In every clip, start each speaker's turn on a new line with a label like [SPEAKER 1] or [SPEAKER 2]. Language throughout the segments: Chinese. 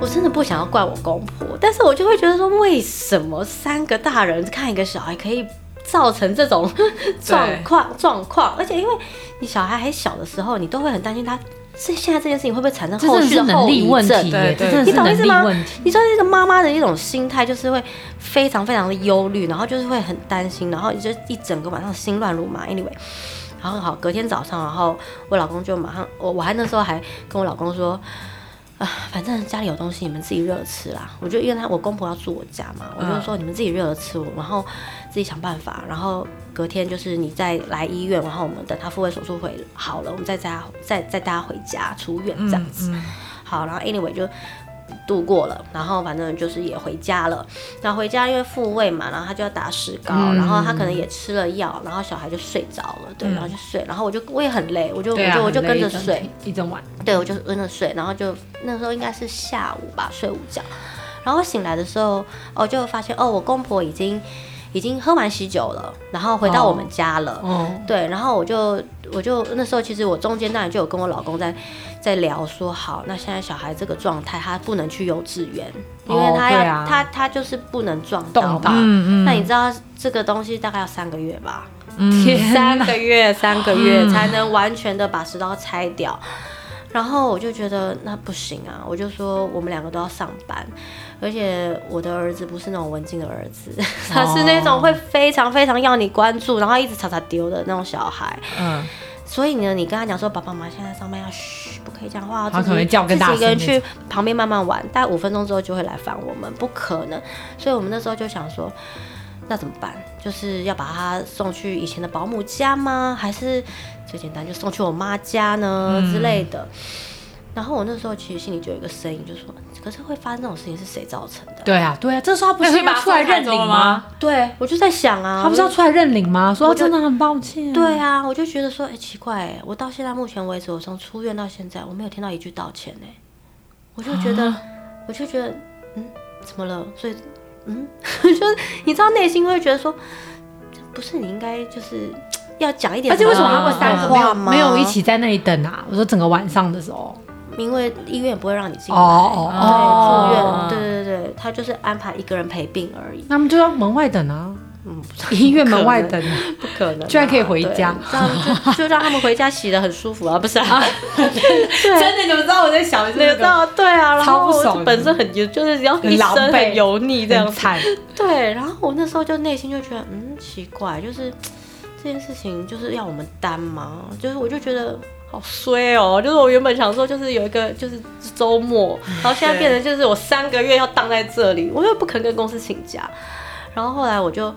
[SPEAKER 1] 我真的不想要怪我公婆，但是我就会觉得说，为什么三个大人看一个小孩可以造成这种 状况状况？而且因为你小孩还小的时候，你都会很担心他这现在这件事情会不会产生
[SPEAKER 2] 这
[SPEAKER 1] 后
[SPEAKER 2] 真的
[SPEAKER 1] 续
[SPEAKER 2] 是
[SPEAKER 1] 的
[SPEAKER 2] 能
[SPEAKER 1] 后遗
[SPEAKER 2] 力问
[SPEAKER 1] 症
[SPEAKER 2] 题。耶，
[SPEAKER 3] 对
[SPEAKER 2] 这真的是
[SPEAKER 1] 你懂
[SPEAKER 2] 能
[SPEAKER 1] 意思
[SPEAKER 2] 力
[SPEAKER 1] 吗
[SPEAKER 2] 问题。
[SPEAKER 1] 你知道那个妈妈的一种心态，就是会非常非常的忧虑，然后就是会很担心，然后就一整个晚上心乱如麻。Anyway，然后好，隔天早上，然后我老公就马上，我我还那时候还跟我老公说，啊，反正家里有东西你们自己热着吃啦。我就因为他我公婆要住我家嘛，我就说你们自己热着吃，然后自己想办法，然后隔天就是你再来医院，然后我们等他复位手术回好了，我们再带他再再带他回家出院这样子。好，然后 anyway 就度过了，然后反正就是也回家了。然后回家因为复位嘛，然后他就要打石膏，
[SPEAKER 2] 嗯
[SPEAKER 1] 然后他可能也吃了药，然后小孩就睡着了，对，然后就睡，然后我就我也很累，我就、
[SPEAKER 2] 对啊
[SPEAKER 1] 我就我就
[SPEAKER 2] 很累
[SPEAKER 1] 跟着
[SPEAKER 2] 一整
[SPEAKER 1] 睡
[SPEAKER 2] 天，一整晚。
[SPEAKER 1] 对，我就跟着睡，然后就那时候应该是下午吧，睡午觉，然后醒来的时候，哦，就发现哦，我公婆已经已经喝完喜酒了，然后回到我们家了。
[SPEAKER 2] 哦，
[SPEAKER 1] 对，然后我就我就那时候其实我中间当然就有跟我老公在在聊说，好，那现在小孩这个状态，他不能去幼稚园，因为
[SPEAKER 2] 哦
[SPEAKER 1] 他要、
[SPEAKER 2] 对啊
[SPEAKER 1] 他他就是不能撞
[SPEAKER 2] 动
[SPEAKER 1] 到
[SPEAKER 2] 到
[SPEAKER 1] 嘛。
[SPEAKER 4] 嗯
[SPEAKER 1] 那你知道这个东西大概要三个月吧？
[SPEAKER 2] 嗯天嗯
[SPEAKER 1] 三个月，三个月才能完全的把石膏拆掉。然后我就觉得那不行啊，我就说我们两个都要上班，而且我的儿子不是那种文静的儿 子，他是那种会非常非常要你关注，然后一直查查丢的那种小孩。
[SPEAKER 4] 嗯，
[SPEAKER 1] 所以呢，你跟他讲说爸爸妈妈现在上班要嘘，不可以讲话哦，
[SPEAKER 2] 他
[SPEAKER 1] 自己
[SPEAKER 2] 可能叫更大
[SPEAKER 1] 自己一个人
[SPEAKER 2] 声那
[SPEAKER 1] 去旁边慢慢玩，大概五分钟之后就会来烦我们，不可能。所以我们那时候就想说，那怎么办？就是要把他送去以前的保姆家吗？还是最简单就送去我妈家呢、
[SPEAKER 2] 嗯
[SPEAKER 1] 之类的？然后我那时候其实心里就有一个声音，就说，可是会发生这种事情是谁造成的？
[SPEAKER 2] 对啊，对啊，这时候他不
[SPEAKER 3] 那
[SPEAKER 2] 是
[SPEAKER 3] 你
[SPEAKER 2] 应该
[SPEAKER 3] 把他
[SPEAKER 2] 出来
[SPEAKER 3] 送台
[SPEAKER 2] 认
[SPEAKER 3] 中了
[SPEAKER 2] 领
[SPEAKER 3] 吗
[SPEAKER 2] 吗？
[SPEAKER 1] 对，我就在想啊，
[SPEAKER 2] 他嗯不是
[SPEAKER 1] 我
[SPEAKER 2] 要
[SPEAKER 1] 就
[SPEAKER 2] 出来认领吗？说
[SPEAKER 1] 我
[SPEAKER 2] 哦
[SPEAKER 1] 就
[SPEAKER 2] 真的很抱歉。
[SPEAKER 1] 对啊，我就觉得说，哎、奇怪、哎，我到现在目前为止，我从出院到现在，我没有听到一句道歉哎、我就觉得，
[SPEAKER 2] 啊
[SPEAKER 1] 我就觉得，嗯，怎么了？所以，嗯， 就是你知道，内心会觉得说，这不是你应该就是要讲一点
[SPEAKER 2] 而
[SPEAKER 1] 什
[SPEAKER 2] 且
[SPEAKER 1] 么
[SPEAKER 2] 为
[SPEAKER 1] 话
[SPEAKER 2] 什
[SPEAKER 1] 吗，
[SPEAKER 2] 么他们三个没有哦
[SPEAKER 1] 吗
[SPEAKER 2] 没有一？起在那里等啊？我说整个晚上的时候，
[SPEAKER 1] 因为医院也不会让你进
[SPEAKER 2] 哦
[SPEAKER 1] 来，
[SPEAKER 2] 哦
[SPEAKER 1] 对，
[SPEAKER 2] 哦，
[SPEAKER 1] 住
[SPEAKER 3] 哦
[SPEAKER 1] 院，对对对，他就是安排一个人陪病而已，
[SPEAKER 2] 那他们就要门外等啊，
[SPEAKER 1] 嗯，
[SPEAKER 2] 医院门外等啊。
[SPEAKER 1] 不可能啊、
[SPEAKER 2] 居然可以回
[SPEAKER 1] 对
[SPEAKER 2] 家
[SPEAKER 1] 这样就就让他们回家洗的很舒 服啊，不是啊？
[SPEAKER 2] 真的，你们知道我在想
[SPEAKER 1] 你知道，对啊，然
[SPEAKER 2] 超
[SPEAKER 1] 后
[SPEAKER 2] 不
[SPEAKER 1] 我
[SPEAKER 2] 爽
[SPEAKER 1] 就本身很油，就是要
[SPEAKER 2] 很
[SPEAKER 1] 一
[SPEAKER 2] 狼
[SPEAKER 1] 身
[SPEAKER 2] 狈
[SPEAKER 1] 很油腻这样
[SPEAKER 2] 很
[SPEAKER 1] 子。
[SPEAKER 2] 惨，
[SPEAKER 1] 对，然后我那时候就内心就觉得，嗯，奇怪，就是嘖这件事情就是要我们担吗？就是我就觉得。好衰哦！就是我原本想说，就是有一个就是周末，然后现在变成就是我三个月要荡在这里，我又不肯跟公司请假。然后后来我就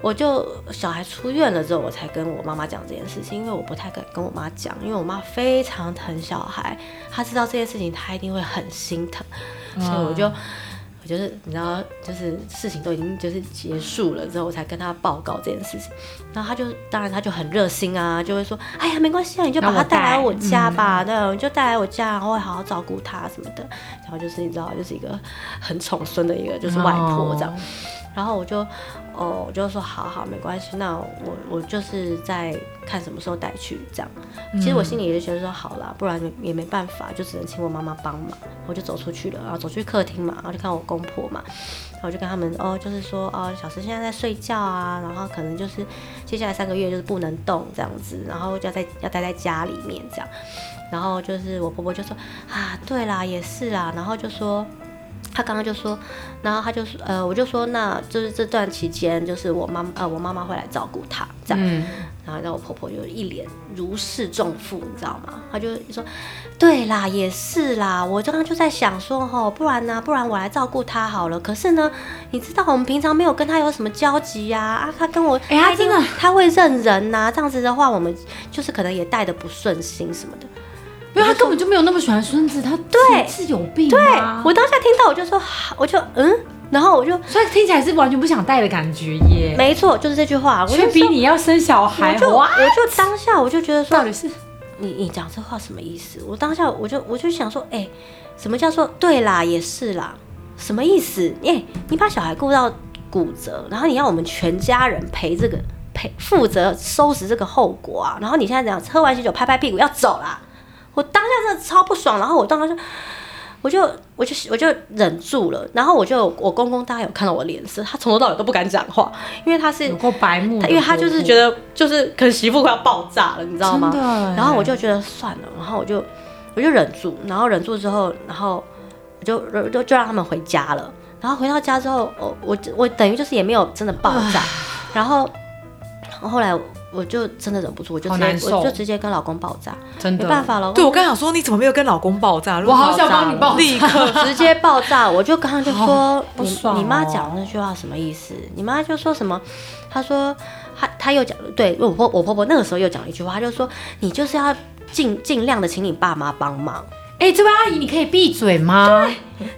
[SPEAKER 1] 我就小孩出院了之后，我才跟我妈妈讲这件事情，因为我不太敢跟我妈讲，因为我妈非常疼小孩，她知道这件事情，她一定会很心疼，所以我就。我就是你知道，就是事情都已经就是结束了之后，我才跟她报告这件事情。然后她就当然她就很热心啊，就会说：“哎呀，没关系啊，你就把
[SPEAKER 2] 让我
[SPEAKER 1] 她带来
[SPEAKER 2] 带
[SPEAKER 1] 我家吧，对，你就带来我家，然后会好好照顾她什么的。”然后就是你知道，就是一个很宠孙的一个就是外婆这样。然后我就，哦，我就说好好，没关系，那我我就是在看什么时候带去这样。其实我心里也就觉得说好啦，不然也没办法，就只能请我妈妈帮忙。我就走出去了，然后走去客厅嘛，然后就看我公婆嘛，然后我就跟他们哦，就是说哦，小石现在在睡觉啊，然后可能就是接下来三个月就是不能动这样子，然后就要在要待在家里面这样。然后就是我婆婆就说啊，对啦，也是啦，然后就说。她刚刚就说，然后她就说，呃，我就说，那就是这段期间，就是我妈，呃，我妈妈会来照顾她，这样。
[SPEAKER 2] 嗯，
[SPEAKER 1] 然后让我婆婆就一脸如释重负，你知道吗？她就说，对啦，也是啦，我刚刚就在想说，吼，不然呢、不然我来照顾她好了。可是呢，你知道我们平常没有跟她有什么交集呀、啊，她跟我，
[SPEAKER 2] 哎她
[SPEAKER 1] 一
[SPEAKER 2] 真
[SPEAKER 1] 定
[SPEAKER 2] 的
[SPEAKER 1] 啊她会认人呐、这样子的话，我们就是可能也带的不顺心什么的。
[SPEAKER 2] 因为他根本就没有那么喜欢孙子，他
[SPEAKER 1] 对
[SPEAKER 2] 是是有病啊
[SPEAKER 1] 对
[SPEAKER 2] 吗？
[SPEAKER 1] 我当下听到我就说，好我就嗯，然后我就
[SPEAKER 2] 所以听起来是完全不想带的感觉耶，
[SPEAKER 1] 没错，就是这句话，我就
[SPEAKER 2] 却比
[SPEAKER 1] 说
[SPEAKER 2] 你要生小孩
[SPEAKER 1] 我就
[SPEAKER 2] 哇，
[SPEAKER 1] 我就当下我就觉得说
[SPEAKER 2] 到，底是
[SPEAKER 1] 你你讲这话什么意思？我当下我就我就想说，哎、什么叫做对啦，也是啦，什么意思？哎、你把小孩顾到骨折，然后你要我们全家人陪这个陪负责收拾这个后果啊，然后你现在这样喝完喜酒拍拍屁股要走啦，我当下真的超不爽，然后我当时就。我就我就我就忍住了，然后我就我公公大概有看到我脸色，他从头到尾都不敢讲话，因为他是
[SPEAKER 2] 有够白目的婆
[SPEAKER 1] 他
[SPEAKER 2] 婆，
[SPEAKER 1] 因为他就是觉得就是可能媳妇快要爆炸了，你知道吗？
[SPEAKER 2] 嗯真的欸
[SPEAKER 1] 然后我就觉得算了，然后我就我就忍住，然后忍住之后，然后我就就就让他们回家了。然后回到家之后，我我我等于就是也没有真的爆炸，然后后来我就真的忍不住，我就直
[SPEAKER 2] 好
[SPEAKER 1] 接
[SPEAKER 2] 难受
[SPEAKER 1] 我就直接跟老公爆炸，
[SPEAKER 2] 真
[SPEAKER 1] 没
[SPEAKER 2] 的
[SPEAKER 1] 办，法了，
[SPEAKER 4] 对我刚想说，你怎么没有跟老公爆炸？
[SPEAKER 2] 我好想帮你爆
[SPEAKER 4] 立刻
[SPEAKER 2] 炸，
[SPEAKER 1] 直接爆炸，我就刚刚就说，
[SPEAKER 2] 不
[SPEAKER 1] 你
[SPEAKER 2] 爽哦
[SPEAKER 1] 你妈讲那句话什么意思？你妈就说什么？她说，她她又讲，对我婆我婆婆那个时候又讲了一句话，她就说，你就是要尽尽量的请你爸妈帮忙。
[SPEAKER 2] 哎，这位阿姨你可以闭嘴吗？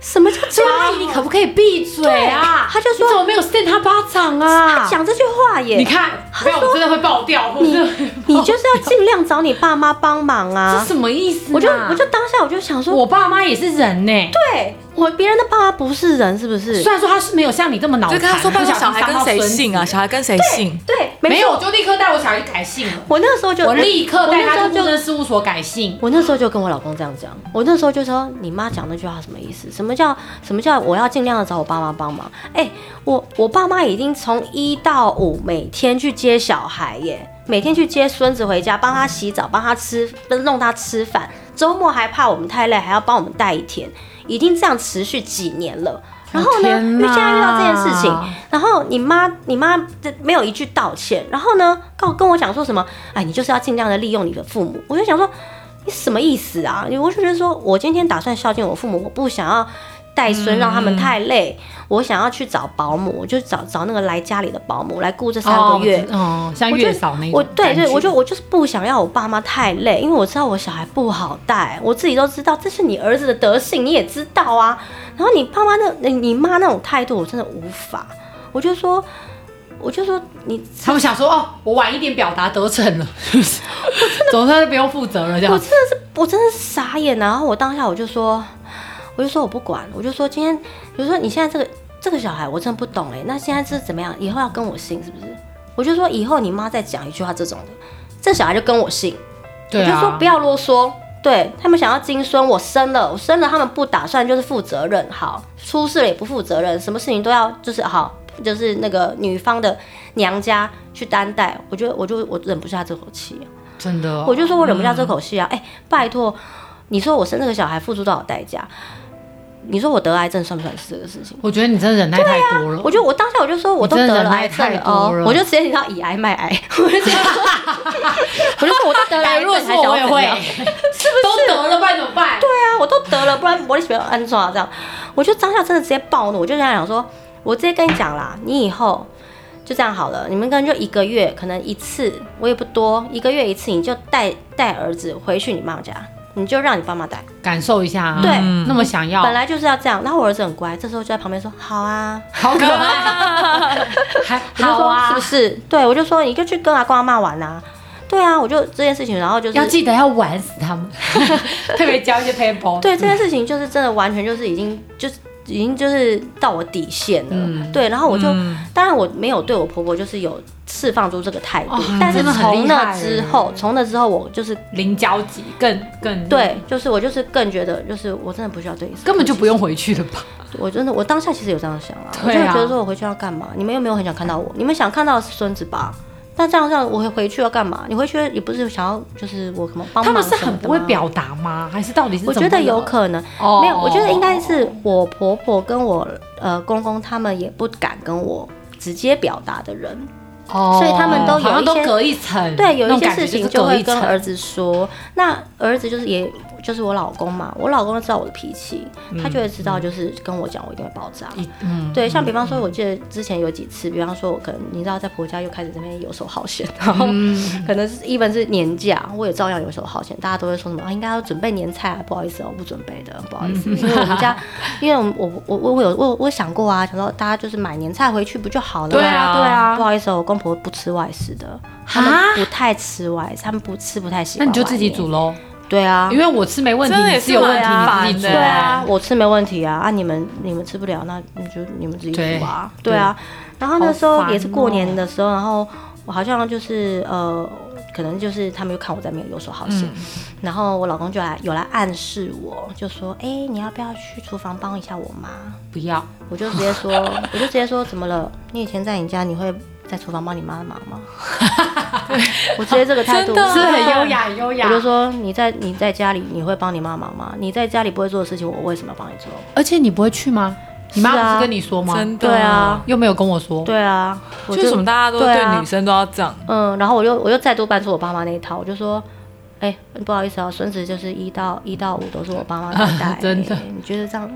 [SPEAKER 1] 什么叫这
[SPEAKER 2] 这位阿姨你可不可以闭嘴啊？
[SPEAKER 1] 啊对她就说
[SPEAKER 2] 你怎么没有扇她巴掌 啊？
[SPEAKER 1] 讲这句话耶？
[SPEAKER 2] 你，看，不要我真的会爆掉，我真的会爆
[SPEAKER 1] 你就是要尽量找你爸妈帮 忙
[SPEAKER 2] 这
[SPEAKER 1] 啊！
[SPEAKER 2] 什么意思啊？
[SPEAKER 1] 我就我就当下我就想说，
[SPEAKER 2] 我爸妈也是人呢，
[SPEAKER 1] 对我别人的爸妈不是人，是不是
[SPEAKER 2] 虽？然说他是没有像你这么脑残，
[SPEAKER 4] 就跟他说，拜
[SPEAKER 2] 不
[SPEAKER 4] 托
[SPEAKER 2] 小心
[SPEAKER 4] 小孩跟谁姓啊？
[SPEAKER 2] 伤到孙子
[SPEAKER 4] 小孩跟谁姓？
[SPEAKER 1] 对，
[SPEAKER 2] 没有，
[SPEAKER 1] 错
[SPEAKER 2] 我就立刻带我小孩去改姓了，
[SPEAKER 1] 我那个时候就
[SPEAKER 2] 我立刻带他
[SPEAKER 1] 我那时候
[SPEAKER 2] 去户
[SPEAKER 1] 就
[SPEAKER 2] 政事务所改姓。
[SPEAKER 1] 我那时候就跟我老公这样讲，我那时候就说你妈讲那句话什么意思？什么叫什么叫我要尽量的找我爸妈帮忙？哎、我我爸妈已经从一到五每天去接小孩耶，每天去接孙子回家，帮他洗澡，帮他吃，弄他吃饭，周末还怕我们太累，还要帮我们带一天，已经这样持续几年了。然后呢，
[SPEAKER 2] 天
[SPEAKER 1] 遇
[SPEAKER 2] 哪
[SPEAKER 1] 现在遇到这件事情，然后你妈你妈这没有一句道歉，然后呢，告跟我讲说什么？哎，你就是要尽量的利用你的父母。我就想说，你什么意思啊？我就觉得说我今天打算孝敬我父母，我不想要带孙让他
[SPEAKER 2] 嗯
[SPEAKER 1] 们太累，我想要去找保姆，我就找找那个来家里的保姆来顾这三个月。
[SPEAKER 2] 哦，我知哦像
[SPEAKER 1] 我就
[SPEAKER 2] 月嫂那种
[SPEAKER 1] 我对
[SPEAKER 2] 感
[SPEAKER 1] 对，
[SPEAKER 2] 觉
[SPEAKER 1] 我就我就是不想要我爸妈太累，因为我知道我小孩不好带，我自己都知道，这是你儿子的德性，你也知道啊。然后你爸妈那、你妈那种态度，我真的无法。我就说，我就说你，
[SPEAKER 2] 他们想说哦，我晚一点表达得逞了，总算是不用负责了这
[SPEAKER 1] 我
[SPEAKER 2] 样。
[SPEAKER 1] 真的是我真的是傻眼、然后我当下我就说，我就说我不管，我就说今天，比如说你现在这个这个小孩，我真的不懂哎、那现在是怎么样？以后要跟我姓是不是？我就说以后你妈再讲一句话这种的，这小孩就跟我姓。
[SPEAKER 2] 对
[SPEAKER 1] 我就说
[SPEAKER 2] 啊
[SPEAKER 1] 不，要啰嗦。对他们想要金孙，我生了，我生了，他们不打算就是负责任，好，出事了也不负责任，什么事情都要就是好，就是那个女方的娘家去担待。我觉得，我就我忍不下这口气，
[SPEAKER 2] 真的哦，
[SPEAKER 1] 我就说我忍不下这口气
[SPEAKER 2] 嗯
[SPEAKER 1] 啊！哎、拜托，你说我生这个小孩付出多少代价？哎你说我得癌症算不算是这个事情？
[SPEAKER 2] 我觉得你真的忍耐太多了。
[SPEAKER 1] 啊我就我当下我就说我都
[SPEAKER 2] 你真的
[SPEAKER 1] 得了
[SPEAKER 2] 忍耐
[SPEAKER 1] 癌症
[SPEAKER 2] 太
[SPEAKER 1] 了
[SPEAKER 2] 多
[SPEAKER 1] 哦
[SPEAKER 2] 了，
[SPEAKER 1] 我就直接你知道以癌卖癌，我就直接说， 我就说我都得了癌
[SPEAKER 2] 哎，
[SPEAKER 1] 症，
[SPEAKER 2] 如 果是
[SPEAKER 1] 还想
[SPEAKER 2] 我，我
[SPEAKER 1] 要
[SPEAKER 2] 也
[SPEAKER 1] 怎
[SPEAKER 2] 会
[SPEAKER 1] 样，
[SPEAKER 2] 是不是？都得了，不然怎么办？
[SPEAKER 1] 对啊，我都得了，不然我得喜欢安装啊这样。我就当下真的直接暴怒，我就跟他讲说，我直接跟你讲啦，你以后就这样好了，你们可能就一个月，可能一次，我也不多，一个月一次，你就带带儿子回去你妈家，你就让你爸妈带。
[SPEAKER 2] 感受一下啊，
[SPEAKER 1] 对
[SPEAKER 2] 嗯那么想要，
[SPEAKER 1] 本来就是要这样。然后我儿子很乖，这时候就在旁边说，好啊，
[SPEAKER 2] 好可爱， 还
[SPEAKER 1] 我就说
[SPEAKER 2] 好啊
[SPEAKER 1] 是不，是？对，我就说你就去跟阿公阿妈玩啊。对啊，我就这件事情，然后就是
[SPEAKER 2] 要记得要玩死他们， 特别教一些 paper。
[SPEAKER 1] 对这件事情，就是真的完全就是已经就是已经就是到我底线了。
[SPEAKER 2] 嗯
[SPEAKER 1] 对，然后我就、当然我没有对我婆婆就是有释放出这个态度，
[SPEAKER 2] 哦
[SPEAKER 1] 但是
[SPEAKER 2] 真的很
[SPEAKER 1] 从
[SPEAKER 2] 厉
[SPEAKER 1] 那
[SPEAKER 2] 害
[SPEAKER 1] 之
[SPEAKER 2] 耶
[SPEAKER 1] 后，从那之后我就是
[SPEAKER 2] 零交集更更
[SPEAKER 1] 对，就是我就是更觉得就是我真的不需要对你，
[SPEAKER 2] 嗯根本就不用回去了吧？
[SPEAKER 1] 我真的我当下其实有这样想啊，我就
[SPEAKER 2] 对啊
[SPEAKER 1] 觉得说我回去要干嘛？你们又没有很想看到我，你们想看到的是孙子吧？那这样这样，我回回去要干嘛？你回去也不是想要就是我什么帮
[SPEAKER 2] 他
[SPEAKER 1] 忙
[SPEAKER 2] 们是
[SPEAKER 1] 什么
[SPEAKER 2] 很
[SPEAKER 1] 的
[SPEAKER 2] 不会
[SPEAKER 1] 吗
[SPEAKER 2] 表达吗？还是到底是
[SPEAKER 1] 我
[SPEAKER 2] 怎
[SPEAKER 1] 觉
[SPEAKER 2] 么
[SPEAKER 1] 得
[SPEAKER 2] 了
[SPEAKER 1] 有可能，
[SPEAKER 2] 哦
[SPEAKER 1] 没有，我觉得应该是我婆婆跟我呃公公他们也不敢跟我直接表达的人，
[SPEAKER 2] 哦，
[SPEAKER 1] 所以他们都有一些
[SPEAKER 2] 好像都隔一层，
[SPEAKER 1] 对，有
[SPEAKER 2] 嗯那种
[SPEAKER 1] 一些
[SPEAKER 2] 感觉
[SPEAKER 1] 事情
[SPEAKER 2] 就
[SPEAKER 1] 就是
[SPEAKER 2] 隔
[SPEAKER 1] 会
[SPEAKER 2] 一层
[SPEAKER 1] 跟儿子说，那儿子就是也就是我老公嘛，我老公知道我的脾气，他就会知道，就是跟我讲，我一定会爆炸。
[SPEAKER 2] 嗯，
[SPEAKER 1] 对，像比方说，我记得之前有几次，比方说，我可能你知道，在婆家又开始这边游手 好闲，然后
[SPEAKER 2] 嗯
[SPEAKER 1] 可能是一般是年假，我也照样游手好闲，大家都会说什么啊，应该要准备年菜啊，不好意思、哦，我不准备
[SPEAKER 2] 嗯
[SPEAKER 1] 的，不好意思，因为我们 家，因为我们我我我我有我我想过啊，想到大家就是买年菜回去不就好了吗？
[SPEAKER 2] 对啊对啊
[SPEAKER 1] 不好意思、哦，我公婆不吃外食的，他们
[SPEAKER 2] 啊
[SPEAKER 1] 不太吃外食，他们不吃不太喜
[SPEAKER 2] 那
[SPEAKER 1] 欢。
[SPEAKER 2] 你就自己煮。喽，
[SPEAKER 1] 对啊，
[SPEAKER 2] 因为我吃没问题，
[SPEAKER 4] 真的
[SPEAKER 2] 你
[SPEAKER 4] 也
[SPEAKER 2] 吃有问题，
[SPEAKER 4] 是蛮
[SPEAKER 2] 你自己煮
[SPEAKER 4] 烦的
[SPEAKER 1] 对
[SPEAKER 4] 欸
[SPEAKER 1] 啊，我吃没问题啊，啊你们你们吃不了，那你就你们自己煮啊，
[SPEAKER 2] 对哦
[SPEAKER 1] 对啊。然后那时
[SPEAKER 2] 好
[SPEAKER 1] 候
[SPEAKER 2] 烦
[SPEAKER 1] 也是过年的时候，然后我好像就是呃，可能就是他们又看我在没有游手好闲，
[SPEAKER 2] 嗯
[SPEAKER 1] 然后我老公就来有来暗示我，就说哎、你要不要去厨房帮一下我妈？
[SPEAKER 2] 不要，
[SPEAKER 1] 我就直接说，我就直接说怎么了？你以前在你家你会在厨房帮你妈忙吗？我直接这个态度
[SPEAKER 4] 真的
[SPEAKER 2] 是很优雅，很优雅
[SPEAKER 1] 我。就说你在你在家里你会帮你妈忙吗？你在家里不会做的事情，我为什么要帮你做？
[SPEAKER 2] 而且你不会去吗？你妈
[SPEAKER 1] 是啊
[SPEAKER 2] 不是跟你说吗？
[SPEAKER 4] 真的
[SPEAKER 1] 对啊，
[SPEAKER 2] 又没有跟我说。
[SPEAKER 1] 对啊，我
[SPEAKER 4] 就是什么大家都
[SPEAKER 1] 对
[SPEAKER 4] 对
[SPEAKER 1] 啊
[SPEAKER 4] 女生都要这样，
[SPEAKER 1] 嗯，然后我又我又再度搬出我爸妈那一套，我就说。哎、不好意思啊，孙子就是一到一到五都是我爸妈在带、
[SPEAKER 2] 真的
[SPEAKER 1] 哎你觉得这样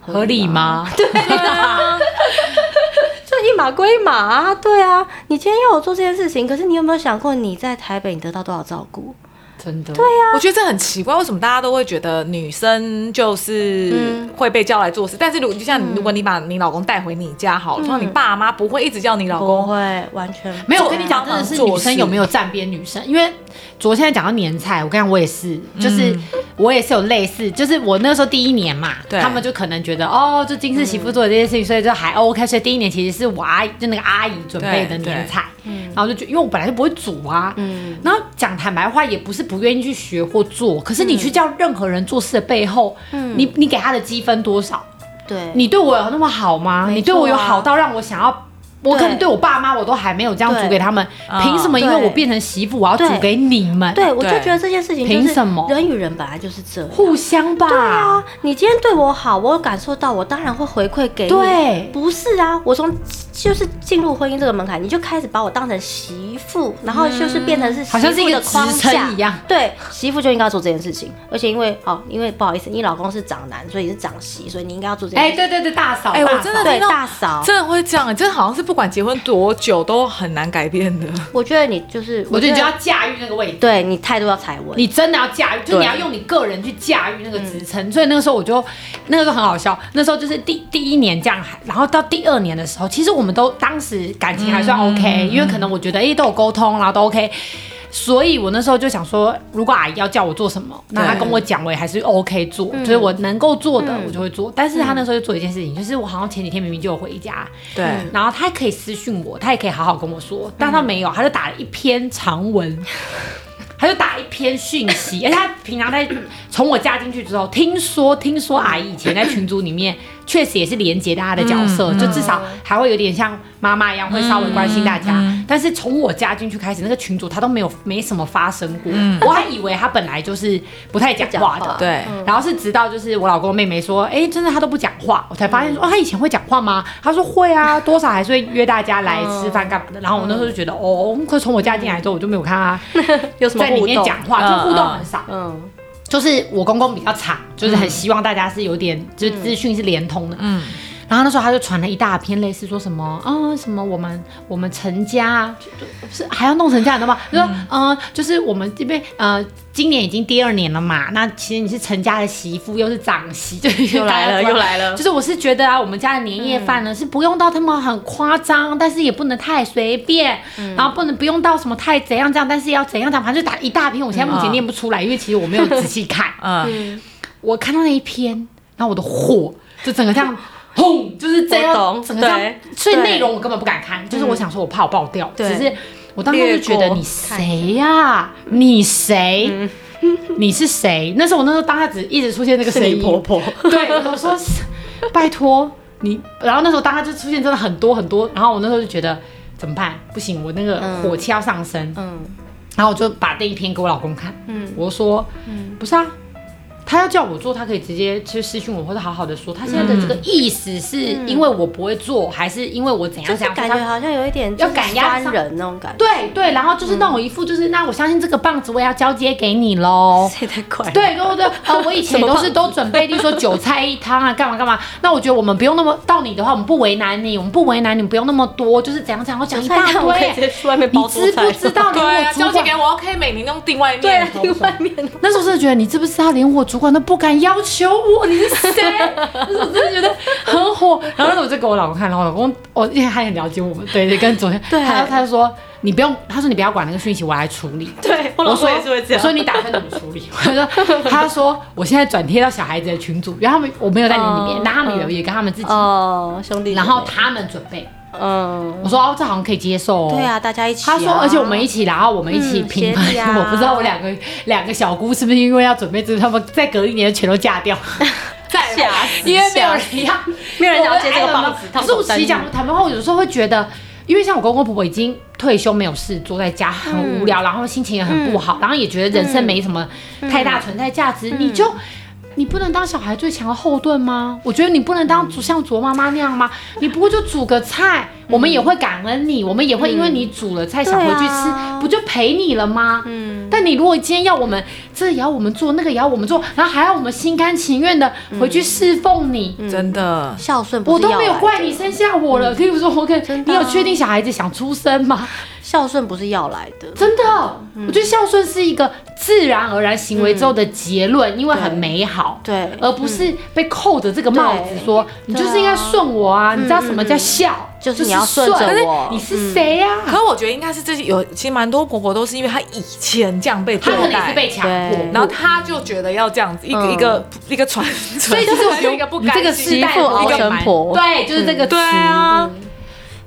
[SPEAKER 2] 合理？吗？
[SPEAKER 1] 就一码归一码啊，对啊。你今天要我做这件事情，可是你有没有想过你在台北你得到多少照顾？
[SPEAKER 2] 真的，对啊呀、
[SPEAKER 4] 我觉得这很奇怪，为什么大家都会觉得女生
[SPEAKER 2] 嗯
[SPEAKER 4] 就是会被叫来做事？但是如就像如果你把你老公带回你家
[SPEAKER 2] 嗯
[SPEAKER 4] 好了，然后你爸妈不会一直叫你老
[SPEAKER 1] 不
[SPEAKER 2] 哦
[SPEAKER 4] 公，
[SPEAKER 1] 会，完全
[SPEAKER 2] 没有，
[SPEAKER 1] 不
[SPEAKER 2] 我
[SPEAKER 1] 会
[SPEAKER 2] 跟你讲，真的是
[SPEAKER 4] 做
[SPEAKER 2] 女生
[SPEAKER 4] 事
[SPEAKER 2] 有没有站边女生？因为昨天讲到年菜，我跟你讲，我也是，就是、我也是有类似，就是我那时候第一年嘛，
[SPEAKER 4] 嗯对
[SPEAKER 2] 他们就可能觉得哦，就金氏媳妇做的这件事情，所以就还 OK，所以第一年其实是我阿姨，就那个阿姨准备的
[SPEAKER 4] 对对嗯
[SPEAKER 2] 年菜，嗯然后就觉因为我本来就不会煮啊，然后讲坦白话，也不是不愿意去学或做，可是
[SPEAKER 4] 嗯
[SPEAKER 2] 你去叫任何人做事的背后，你你给他的积分多少？
[SPEAKER 1] 对，
[SPEAKER 2] 你对我有那么好吗？
[SPEAKER 1] 没错啊
[SPEAKER 2] 你对我有好到让我想要，我
[SPEAKER 1] 对
[SPEAKER 2] 可能对我爸妈我都还没有这样煮给他们，
[SPEAKER 4] 对
[SPEAKER 2] 凭什么？因为我变成媳妇，我要煮给你们？
[SPEAKER 1] 啊对我就
[SPEAKER 4] 对
[SPEAKER 1] 觉得这件事情就
[SPEAKER 2] 凭
[SPEAKER 1] 是
[SPEAKER 2] 什么
[SPEAKER 1] 人与人本来就是这样。
[SPEAKER 2] 互相吧。
[SPEAKER 1] 对啊，你今天对我好，我有感受到，我当然会回馈给你。
[SPEAKER 2] 对
[SPEAKER 1] 不是啊，我从就是进入婚姻这个门槛，你就开始把我当成媳妇，然后就是变成是
[SPEAKER 2] 嗯好像
[SPEAKER 1] 媳
[SPEAKER 2] 是
[SPEAKER 1] 妇
[SPEAKER 2] 一个
[SPEAKER 1] 的
[SPEAKER 2] 职
[SPEAKER 1] 框架
[SPEAKER 2] 称一。样。
[SPEAKER 1] 对，媳妇就应该做这件事情，而且因为哦，因为不好意思，你老公是长男，所以你是长媳，所以你应该要做这件
[SPEAKER 2] 哎，
[SPEAKER 1] 事
[SPEAKER 2] 对
[SPEAKER 1] 情。
[SPEAKER 2] 对对，大嫂，
[SPEAKER 4] 哎我
[SPEAKER 2] 大嫂
[SPEAKER 4] 真的
[SPEAKER 1] 对，
[SPEAKER 4] 听到
[SPEAKER 1] 大嫂，
[SPEAKER 4] 真的会这样，真的好像是不管结婚多久都很难改变的。
[SPEAKER 2] 嗯
[SPEAKER 1] 我觉得你就是，
[SPEAKER 2] 我觉得你就要驾驭那个位置。
[SPEAKER 1] 对你态度要踩稳。
[SPEAKER 2] 你真的要驾驭，就
[SPEAKER 1] 对
[SPEAKER 2] 你要用你个人去驾驭那个职称。所以那个时候我就，那个时候很好笑。那时候就是第第一年这样，然后到第二年的时候，其实我们都当时感情还算
[SPEAKER 4] 嗯
[SPEAKER 2] OK，、因为可能我觉得哎、诶都有沟通，然后都 OK。所以我那时候就想说，如果阿姨要叫我做什么，那她
[SPEAKER 4] 对嗯
[SPEAKER 2] 跟我讲，我也还是 OK 做，就是我能够做的我就会做。但是她那时候就做一件事情，就是我好像前几天明明就有回家，嗯
[SPEAKER 4] 对，
[SPEAKER 2] 然后他可以私讯我，他也可以好好跟我说，但
[SPEAKER 4] 嗯
[SPEAKER 2] 他没有，他就打了一篇长文，他就打一篇讯息，而且他平常 在从我加进去之后，听说听说阿姨以前在群组里面确实也是连接大家的角
[SPEAKER 1] 嗯
[SPEAKER 2] 色，就至少还会有点像妈妈一样会稍微关心
[SPEAKER 1] 嗯
[SPEAKER 2] 大家，但是从我加进去开始，那个群组他都没有没什么发生过，我还以为他本来就是不太讲话
[SPEAKER 1] 嗯不讲
[SPEAKER 2] 的
[SPEAKER 1] 话，
[SPEAKER 4] 对
[SPEAKER 2] 然后是直到就是我老公妹妹说，哎、真的他都不讲话，我才发现说，哦，他以前会讲话吗？他说会 啊，多少还是会约大家来
[SPEAKER 1] 嗯
[SPEAKER 2] 吃饭干嘛的。然后我那时候就觉得，哦，可是从我家进来之后，我就没有看他
[SPEAKER 1] 有什么
[SPEAKER 2] 在里
[SPEAKER 1] 互
[SPEAKER 2] 面
[SPEAKER 1] 动？
[SPEAKER 2] 讲话，
[SPEAKER 4] 嗯
[SPEAKER 2] 就互动很少。
[SPEAKER 1] 嗯，
[SPEAKER 2] 就是我公公比较长，就是很希望大家是有点，就是资讯是连通的。嗯。然后那时候他就传了一大篇，类似说什么啊、什么我们我们成家啊就是还要弄成这样的吗？就说嗯、呃就是我们这边呃，今年已经第二年了嘛。那其实你是成家的媳妇，又是长媳，就
[SPEAKER 1] 又来了又来了
[SPEAKER 2] 就是我是觉得啊，我们家的年夜饭
[SPEAKER 1] 嗯
[SPEAKER 2] 呢、是不用到他们很夸张，但是也不能太随便，
[SPEAKER 1] 嗯
[SPEAKER 2] 然后不能不用到什么太怎样这样，但是要怎样怎样，反正就打一大篇。我现在目前念不出来，因为其实我没有仔细 看。
[SPEAKER 4] 嗯，
[SPEAKER 2] 我看到那一篇，然后我的火就整个这样轰，就是这
[SPEAKER 1] 我
[SPEAKER 2] 样，
[SPEAKER 1] 懂
[SPEAKER 2] 整个这样
[SPEAKER 1] 对。
[SPEAKER 2] 所以
[SPEAKER 1] 对
[SPEAKER 2] 内容我根本不敢看，就是我想说我怕我爆掉，
[SPEAKER 1] 对
[SPEAKER 2] 只是我当时就觉
[SPEAKER 1] 略
[SPEAKER 2] 得
[SPEAKER 1] 过
[SPEAKER 2] 你谁呀、你
[SPEAKER 1] 嗯
[SPEAKER 2] 谁？你是谁？那时候我那时候当下只一直出现那个声
[SPEAKER 1] 是你
[SPEAKER 2] 音，
[SPEAKER 1] 婆婆。
[SPEAKER 2] 对，我说是拜托你。然后那时候当他就出现真的很多很多，然后我那时候就觉得怎么办？不行，我那个火气要上升。
[SPEAKER 1] 嗯
[SPEAKER 2] 然后我就把那一篇给我老公看，嗯，我就说，不是啊，他要叫我做，他可以直接去私讯我，或者好好的说。他现在的这个意思是因为我不会做，还是因为我怎样
[SPEAKER 1] 就是
[SPEAKER 2] 怎样？
[SPEAKER 1] 感
[SPEAKER 2] 他
[SPEAKER 1] 觉好像有一点
[SPEAKER 2] 要赶鸭
[SPEAKER 1] 压
[SPEAKER 2] 子上
[SPEAKER 1] 人那种感觉，
[SPEAKER 2] 对对，然后就是那种一副就是，那我相信这个棒子我也要交接给你喽。
[SPEAKER 1] 谁太 快？
[SPEAKER 2] 对对对，呃，我以前都是都准备，例如说韭菜一汤啊，干嘛干嘛。那我觉得我们不用那么到你的话，我们不为难你，我们不为难你，不用那么多，就是怎样怎样，我讲一
[SPEAKER 1] 韭菜
[SPEAKER 2] 大
[SPEAKER 1] 汤 我可以直
[SPEAKER 2] 堆
[SPEAKER 1] 接。去外面
[SPEAKER 2] 你
[SPEAKER 1] 包
[SPEAKER 2] 知
[SPEAKER 1] 蔬菜
[SPEAKER 2] 不知道连
[SPEAKER 4] 对啊，
[SPEAKER 2] 我
[SPEAKER 4] 交
[SPEAKER 2] 主
[SPEAKER 4] 接
[SPEAKER 2] 管
[SPEAKER 4] 给我，OK，每年用订外 面。
[SPEAKER 1] 对啊，另外面
[SPEAKER 2] 那时候真的觉得，你知不知道，连我主管都不敢要求我，你是谁？那时候真的觉得很火。然后那时候我就给我老公看，然后我老公，我因为他很了解我们，对对，跟昨天，
[SPEAKER 1] 对
[SPEAKER 2] 他他就说你不用，他说你不要管那个讯息，我来处理。
[SPEAKER 1] 对，我
[SPEAKER 2] 我
[SPEAKER 1] 老
[SPEAKER 2] 说
[SPEAKER 1] 公也是会这
[SPEAKER 2] 我说
[SPEAKER 1] 样。
[SPEAKER 2] 你打算怎么处理？ 我说，他说我现在转贴到小孩子的群组，然后他们我没有在你里面，
[SPEAKER 1] 哦
[SPEAKER 2] 那他们有也跟他们自己，
[SPEAKER 1] 哦，兄弟姐妹，
[SPEAKER 2] 然后他们准备。
[SPEAKER 1] 嗯，
[SPEAKER 2] 我说哦，这好像可以接受哦。
[SPEAKER 1] 对啊，大家一起啊。
[SPEAKER 2] 他说，而且我们一起，然后我们一起
[SPEAKER 1] 嗯
[SPEAKER 2] 评
[SPEAKER 1] 协
[SPEAKER 2] 分。
[SPEAKER 1] 力啊
[SPEAKER 2] 我不知道我两个两个小姑是不是因为要准备这个，他们再隔一年全都嫁掉，
[SPEAKER 1] 在吓死，
[SPEAKER 2] 因为没有人要，
[SPEAKER 1] 没有人了解这个棒子
[SPEAKER 2] 可
[SPEAKER 1] 烫
[SPEAKER 2] 是
[SPEAKER 1] 手
[SPEAKER 2] 我其
[SPEAKER 1] 山
[SPEAKER 2] 实
[SPEAKER 1] 芋
[SPEAKER 2] 讲坦白话，我有时候会觉得。因为像我公公婆婆已经退休，没有事做，在家很无
[SPEAKER 1] 嗯
[SPEAKER 2] 聊，然后心情也很不好，然后也觉得人生没什么太
[SPEAKER 1] 嗯
[SPEAKER 2] 大存在价值，你就你不能当小孩最强的后盾吗？我觉得你不能当
[SPEAKER 1] 嗯
[SPEAKER 2] 像卓妈妈那样吗？你不过就煮个菜，我们也会感恩你，我们也会因为你煮了菜想回去
[SPEAKER 1] 嗯对
[SPEAKER 2] 吃
[SPEAKER 1] 啊，
[SPEAKER 2] 不就陪你了吗？
[SPEAKER 1] 嗯，
[SPEAKER 2] 但你如果今天要我们这也要我们做，那个也要我们做，然后还要我们心甘情愿的
[SPEAKER 1] 嗯
[SPEAKER 2] 回去侍奉你，
[SPEAKER 4] 嗯真的，
[SPEAKER 1] 孝顺不
[SPEAKER 2] 我
[SPEAKER 1] 是要
[SPEAKER 2] 都
[SPEAKER 1] 来
[SPEAKER 2] 没
[SPEAKER 1] 的
[SPEAKER 2] 有怪你生下我了。譬如说，我跟
[SPEAKER 1] 嗯真的
[SPEAKER 2] 你
[SPEAKER 1] 啊
[SPEAKER 2] 有确定小孩子想出生吗？
[SPEAKER 1] 孝顺不是要来的，
[SPEAKER 2] 真的，我觉得孝顺是一个自然而然行为之后的结论，因为很美好。
[SPEAKER 1] 嗯对，
[SPEAKER 2] 而不是被扣着这个帽子
[SPEAKER 1] 嗯对啊嗯
[SPEAKER 2] 说你就是应该顺我啊，你知道什么叫孝，
[SPEAKER 1] 就是你要顺
[SPEAKER 2] 顺
[SPEAKER 1] 着我嗯
[SPEAKER 2] 你是谁呀、
[SPEAKER 4] 可我觉得应该是这些有，其实蛮多婆婆都是因为她以前这样被
[SPEAKER 2] 他
[SPEAKER 4] 对
[SPEAKER 2] 可能也是
[SPEAKER 4] 待，
[SPEAKER 2] 被强迫
[SPEAKER 1] 对，
[SPEAKER 4] 然后她就觉得要这样子，一个
[SPEAKER 1] 嗯
[SPEAKER 4] 一个一个传承，所
[SPEAKER 2] 所以就是我觉得
[SPEAKER 4] 一个不
[SPEAKER 2] 你
[SPEAKER 4] 甘
[SPEAKER 2] 这个哦
[SPEAKER 4] 心
[SPEAKER 2] 时代
[SPEAKER 1] 媳妇
[SPEAKER 2] 的
[SPEAKER 1] 熬成婆
[SPEAKER 2] 对，就是这个词
[SPEAKER 4] 对。啊，
[SPEAKER 1] 嗯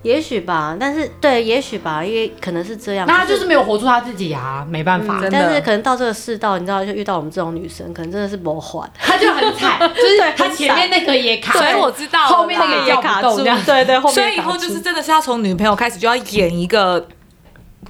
[SPEAKER 1] 也许吧，但是对，也许吧，因为可能是这样。
[SPEAKER 2] 那他就是没有活出他自己啊，没办法
[SPEAKER 4] 嗯，真的
[SPEAKER 1] 但是可能到这个世道，你知道，就遇到我们这种女生，可能真的是魔幻。
[SPEAKER 2] 他就很惨，就是他前面那个也卡，
[SPEAKER 4] 所以我知道了啦
[SPEAKER 2] 后面那个也叫不动这样。
[SPEAKER 1] 对对，后面
[SPEAKER 4] 所以以后就是真的是要从女朋友开始就要演一个。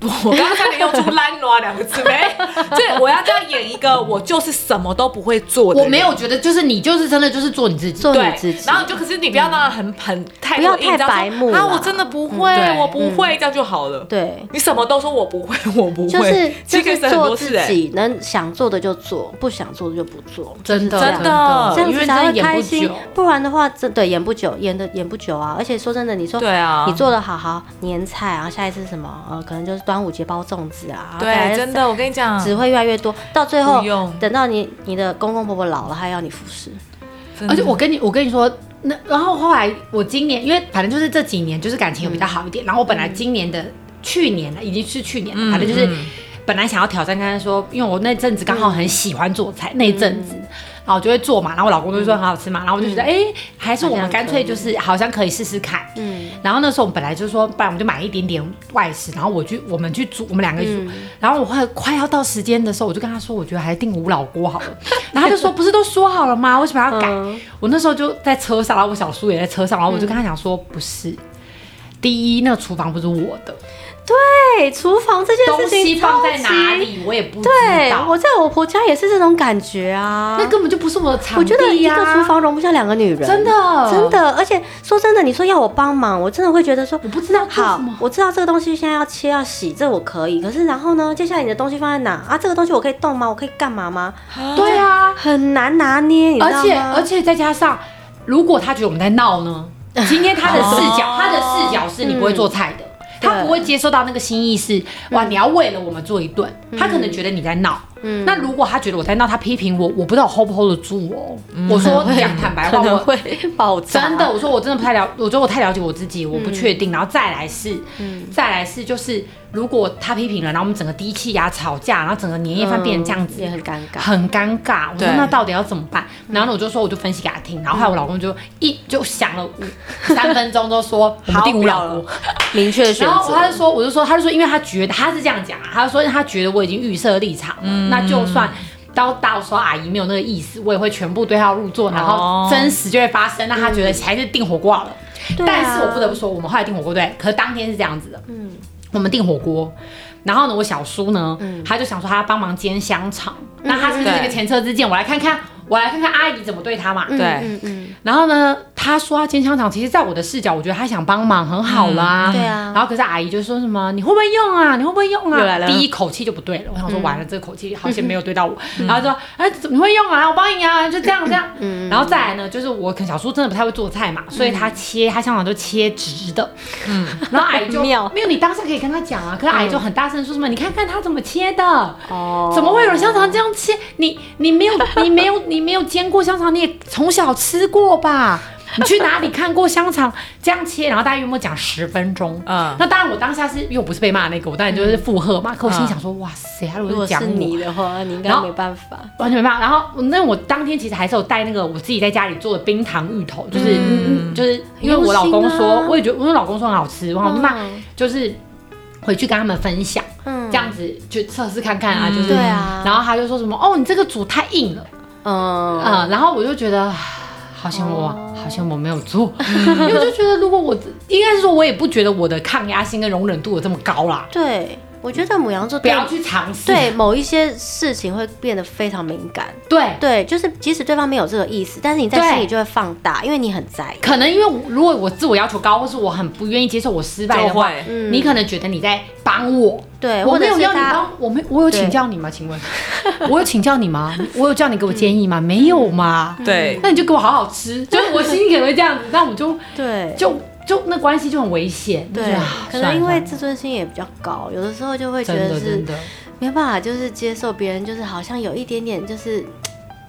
[SPEAKER 4] 我刚刚差点用出“懒惰”两个字没？ 对，我要这样演一个，我就是什么都不会做的
[SPEAKER 2] 我
[SPEAKER 4] 人。
[SPEAKER 2] 没有觉得，就是你就是真的就是做你自己，
[SPEAKER 1] 做你自
[SPEAKER 4] 对
[SPEAKER 1] 己，
[SPEAKER 4] 然后你就可是你不要让他很很太
[SPEAKER 1] 不要
[SPEAKER 4] 过硬
[SPEAKER 1] 太
[SPEAKER 4] 这样说
[SPEAKER 1] 白目
[SPEAKER 4] 啊！
[SPEAKER 1] 啦
[SPEAKER 4] 我真的不会
[SPEAKER 2] 嗯，对
[SPEAKER 4] 我不会，这样就好了。
[SPEAKER 1] 对，
[SPEAKER 4] 你什么都说我不会，我不会，
[SPEAKER 1] 就是就
[SPEAKER 4] 其实可以
[SPEAKER 1] 是
[SPEAKER 4] 省很
[SPEAKER 1] 做
[SPEAKER 4] 多
[SPEAKER 1] 自
[SPEAKER 4] 事哎。
[SPEAKER 1] 己，能想做的就做，不想做的就不做，
[SPEAKER 2] 真的
[SPEAKER 4] 真的
[SPEAKER 1] 这样
[SPEAKER 2] 因
[SPEAKER 1] 子
[SPEAKER 2] 为真
[SPEAKER 1] 才
[SPEAKER 2] 的
[SPEAKER 1] 会
[SPEAKER 2] 演
[SPEAKER 1] 开
[SPEAKER 2] 不
[SPEAKER 1] 心
[SPEAKER 2] 久。。
[SPEAKER 1] 不然的话，真对演不久，演的演不久啊。而且说真的，你说
[SPEAKER 4] 对啊
[SPEAKER 1] 你做的好好年菜啊，下一次什么呃，可能就是端午节包粽子啊，然后
[SPEAKER 4] 对，真的，我跟你讲，
[SPEAKER 1] 只会越来越多，到最后
[SPEAKER 4] 不用
[SPEAKER 1] 等到你你的公公婆婆老了，还要你服侍，
[SPEAKER 4] 真的
[SPEAKER 2] 而且我跟你，我跟你说，那然后后来我今年，因为反正就是这几年就是感情有比较好一
[SPEAKER 4] 嗯
[SPEAKER 2] 点，然后我本来今年的去年已经是去年了，反正就是
[SPEAKER 4] 嗯
[SPEAKER 2] 本来想要挑战看看说，因为我那阵子刚好很喜欢做
[SPEAKER 4] 嗯
[SPEAKER 2] 菜，那一阵子。然后我就会做嘛，然后我老公
[SPEAKER 1] 嗯
[SPEAKER 2] 就说很好吃嘛，然后我就觉得，哎、还是我们干脆就是好像可以试试看。嗯
[SPEAKER 1] 嗯，
[SPEAKER 2] 然后那时候我们本来就说，不然我们就买一点点外食，然后我去我们去煮，我们两个去煮。
[SPEAKER 1] 嗯
[SPEAKER 2] 然后我快快要到时间的时候，我就跟他说，我觉得还是订五老锅好了。然后他就说，不是都说好了吗？为什么要改？
[SPEAKER 1] 嗯
[SPEAKER 2] 我那时候就在车上，然后我小叔也在车上，然后我就跟他讲说，不是。第一，那个厨房不是我的，
[SPEAKER 1] 对，厨房这件
[SPEAKER 2] 东
[SPEAKER 1] 事情
[SPEAKER 2] 西
[SPEAKER 1] 超
[SPEAKER 2] 放在
[SPEAKER 1] 级
[SPEAKER 2] 哪？里我也不知
[SPEAKER 1] 对，
[SPEAKER 2] 道，
[SPEAKER 1] 我在我婆家也是这种感觉啊。
[SPEAKER 2] 那根本就不是我的场地、呀
[SPEAKER 1] 我觉得一个厨房容不下两个女人，
[SPEAKER 2] 真的
[SPEAKER 1] 真的。而且说真的，你说要我帮忙，我真的会觉得说
[SPEAKER 2] 我不知道做什
[SPEAKER 1] 好
[SPEAKER 2] 么，
[SPEAKER 1] 我知道这个东西现在要切要洗，这我可以。可是然后呢，接下来你的东西放在哪啊？这个东西我可以动吗？我可以干嘛吗？
[SPEAKER 2] 对啊，
[SPEAKER 1] 很难拿捏，你知道
[SPEAKER 2] 而
[SPEAKER 1] 吗？
[SPEAKER 2] 且而且再加上，如果他觉得我们在闹 呢，今天他的视角，他的视角是你不会做菜的，他
[SPEAKER 1] 对
[SPEAKER 2] 不会接受到那个新意是哇，你要为了我们做一顿，
[SPEAKER 1] 嗯
[SPEAKER 2] 他可能觉得你在闹。那如果他觉得我在闹，他批评我，我不知道我 hold 不 hold 得住哦。我 说讲坦白话，
[SPEAKER 1] 嗯可能
[SPEAKER 2] 我
[SPEAKER 1] 会爆炸，
[SPEAKER 2] 真的，我说我真的不太了，我觉得我太了解我自己，我不确定。然后再来是，再来是就是，如果他批评了，然后我们整个低气压吵架，然后整个年夜饭变成这样子，
[SPEAKER 1] 也很尴尬。
[SPEAKER 2] 很尴尬。我说
[SPEAKER 4] 对
[SPEAKER 2] 那到底要怎么办？然后呢我就说我就分析给他听，然后后来我老公就一就想了五三分钟，就说我们
[SPEAKER 4] 好
[SPEAKER 2] 定五
[SPEAKER 4] 不要
[SPEAKER 2] 老
[SPEAKER 4] 了
[SPEAKER 2] 锅。
[SPEAKER 1] 明确的选
[SPEAKER 2] 然后
[SPEAKER 1] 择
[SPEAKER 2] 他就说，我就说，他就说，因为他觉得他是这样讲啊，他就说因为他觉得我已经预设立场了，
[SPEAKER 1] 嗯
[SPEAKER 2] 那就算。到到时候阿姨没有那个意思，我也会全部对号入座，然后
[SPEAKER 4] 哦
[SPEAKER 2] 真实就会发生。那他觉得还是订火锅好了。
[SPEAKER 1] 嗯对啊啊
[SPEAKER 2] 但是我不得不说，我们后来订火锅对，可是当天是这样子的，嗯，我们订火锅，然后呢，
[SPEAKER 1] 嗯
[SPEAKER 2] 我小叔呢，他就想说他要帮忙煎香肠，那他是不是这个前车之鉴？我来看看我来看看阿姨怎么对他嘛。
[SPEAKER 1] 嗯
[SPEAKER 4] 对
[SPEAKER 1] 嗯嗯，
[SPEAKER 2] 然后呢，他说要煎香肠，其实在我的视角，我觉得他想帮忙，很好啦。
[SPEAKER 1] 嗯对啊
[SPEAKER 2] 然后可是阿姨就说什么：“你会不会用啊？你会不会用
[SPEAKER 1] 又
[SPEAKER 2] 啊
[SPEAKER 1] 来？”了嗯
[SPEAKER 2] 第一口气就不对了，我想说完了，这个口气好像没有对 到我。然后就说：“哎，怎么你会用啊？我帮你啊，就这样这样。”
[SPEAKER 1] 嗯
[SPEAKER 2] 然后再来呢，就是我可能小叔真的不太会做菜嘛，所以他切他香肠都切直的。嗯，然后阿姨就
[SPEAKER 1] 很 妙嗯
[SPEAKER 2] 没有你当下可以跟他讲啊，可是阿姨就很大声地说什么：“你看看他怎么切的。”
[SPEAKER 1] 哦
[SPEAKER 2] 怎么会有人香肠这样切？你你没有你没有你没有煎过香肠，你也从小吃过吧？你去哪里看过香肠这样切？然后大家有没有讲十分钟？
[SPEAKER 4] 嗯
[SPEAKER 2] 那当然，我当下是因为我不是被骂那个，我当然就是附和嘛。可我心里想说，哇塞，他如
[SPEAKER 1] 嗯如
[SPEAKER 2] 果
[SPEAKER 1] 果
[SPEAKER 2] 是讲
[SPEAKER 1] 是
[SPEAKER 2] 我
[SPEAKER 1] 你，的话，你应
[SPEAKER 2] 然
[SPEAKER 1] 该
[SPEAKER 2] 后
[SPEAKER 1] 没办法。
[SPEAKER 2] 完全没办法。然后那我当天其实还是有带那个我自己在家里做的冰糖芋头，就是、嗯就是因为我老公
[SPEAKER 1] 很用
[SPEAKER 2] 说，
[SPEAKER 1] 心啊
[SPEAKER 2] 我也觉得因为我老公说很好吃，然后那
[SPEAKER 1] 嗯
[SPEAKER 2] 就是回去跟他们分享。
[SPEAKER 1] 嗯
[SPEAKER 2] 这，样子去测试看看啊，
[SPEAKER 4] 嗯
[SPEAKER 2] 就是
[SPEAKER 1] 对啊
[SPEAKER 2] 然后他就说什么哦，你这个煮太硬了，
[SPEAKER 1] 嗯
[SPEAKER 2] 嗯，然后我就觉得唉好像我、
[SPEAKER 1] 哦
[SPEAKER 2] 好像我没有 做，因为我就觉得如果我应该是说我也不觉得我的抗压性跟容忍度有这么高啦，
[SPEAKER 1] 对，我觉得母羊座
[SPEAKER 2] 不
[SPEAKER 1] 对
[SPEAKER 2] 要去尝试，
[SPEAKER 1] 对某一些事情会变得非常敏感。
[SPEAKER 2] 对。
[SPEAKER 1] 对，就是即使对方没有这个意思，但是你在
[SPEAKER 2] 对
[SPEAKER 1] 心里就会放大，因为你很在意。
[SPEAKER 2] 可能因为我如果我自我要求高，或是我很不愿意接受我失败的话
[SPEAKER 4] 就会，
[SPEAKER 1] 嗯
[SPEAKER 2] 你可能觉得你在帮我，
[SPEAKER 1] 对，
[SPEAKER 2] 我
[SPEAKER 1] 或
[SPEAKER 2] 没
[SPEAKER 1] 者
[SPEAKER 2] 有
[SPEAKER 1] 是
[SPEAKER 2] 要你
[SPEAKER 1] 他
[SPEAKER 2] 帮，我没我有请
[SPEAKER 1] 对
[SPEAKER 2] 教你吗？请问，我有请教你 吗？我有叫你给我建议吗？没有嘛？
[SPEAKER 1] 嗯
[SPEAKER 2] 嗯
[SPEAKER 4] 对，
[SPEAKER 2] 那你就给我好好吃，就是我心里可能会这样子，那我就
[SPEAKER 1] 对
[SPEAKER 2] 就啊就那关系就很危险。
[SPEAKER 1] 对，可能因为自
[SPEAKER 2] 己
[SPEAKER 1] 尊心也比较高，有的时候就会觉
[SPEAKER 2] 真
[SPEAKER 1] 得
[SPEAKER 2] 的
[SPEAKER 1] 是
[SPEAKER 2] 真的，
[SPEAKER 1] 没办法，就是接受别人，就是好像有一点点就是。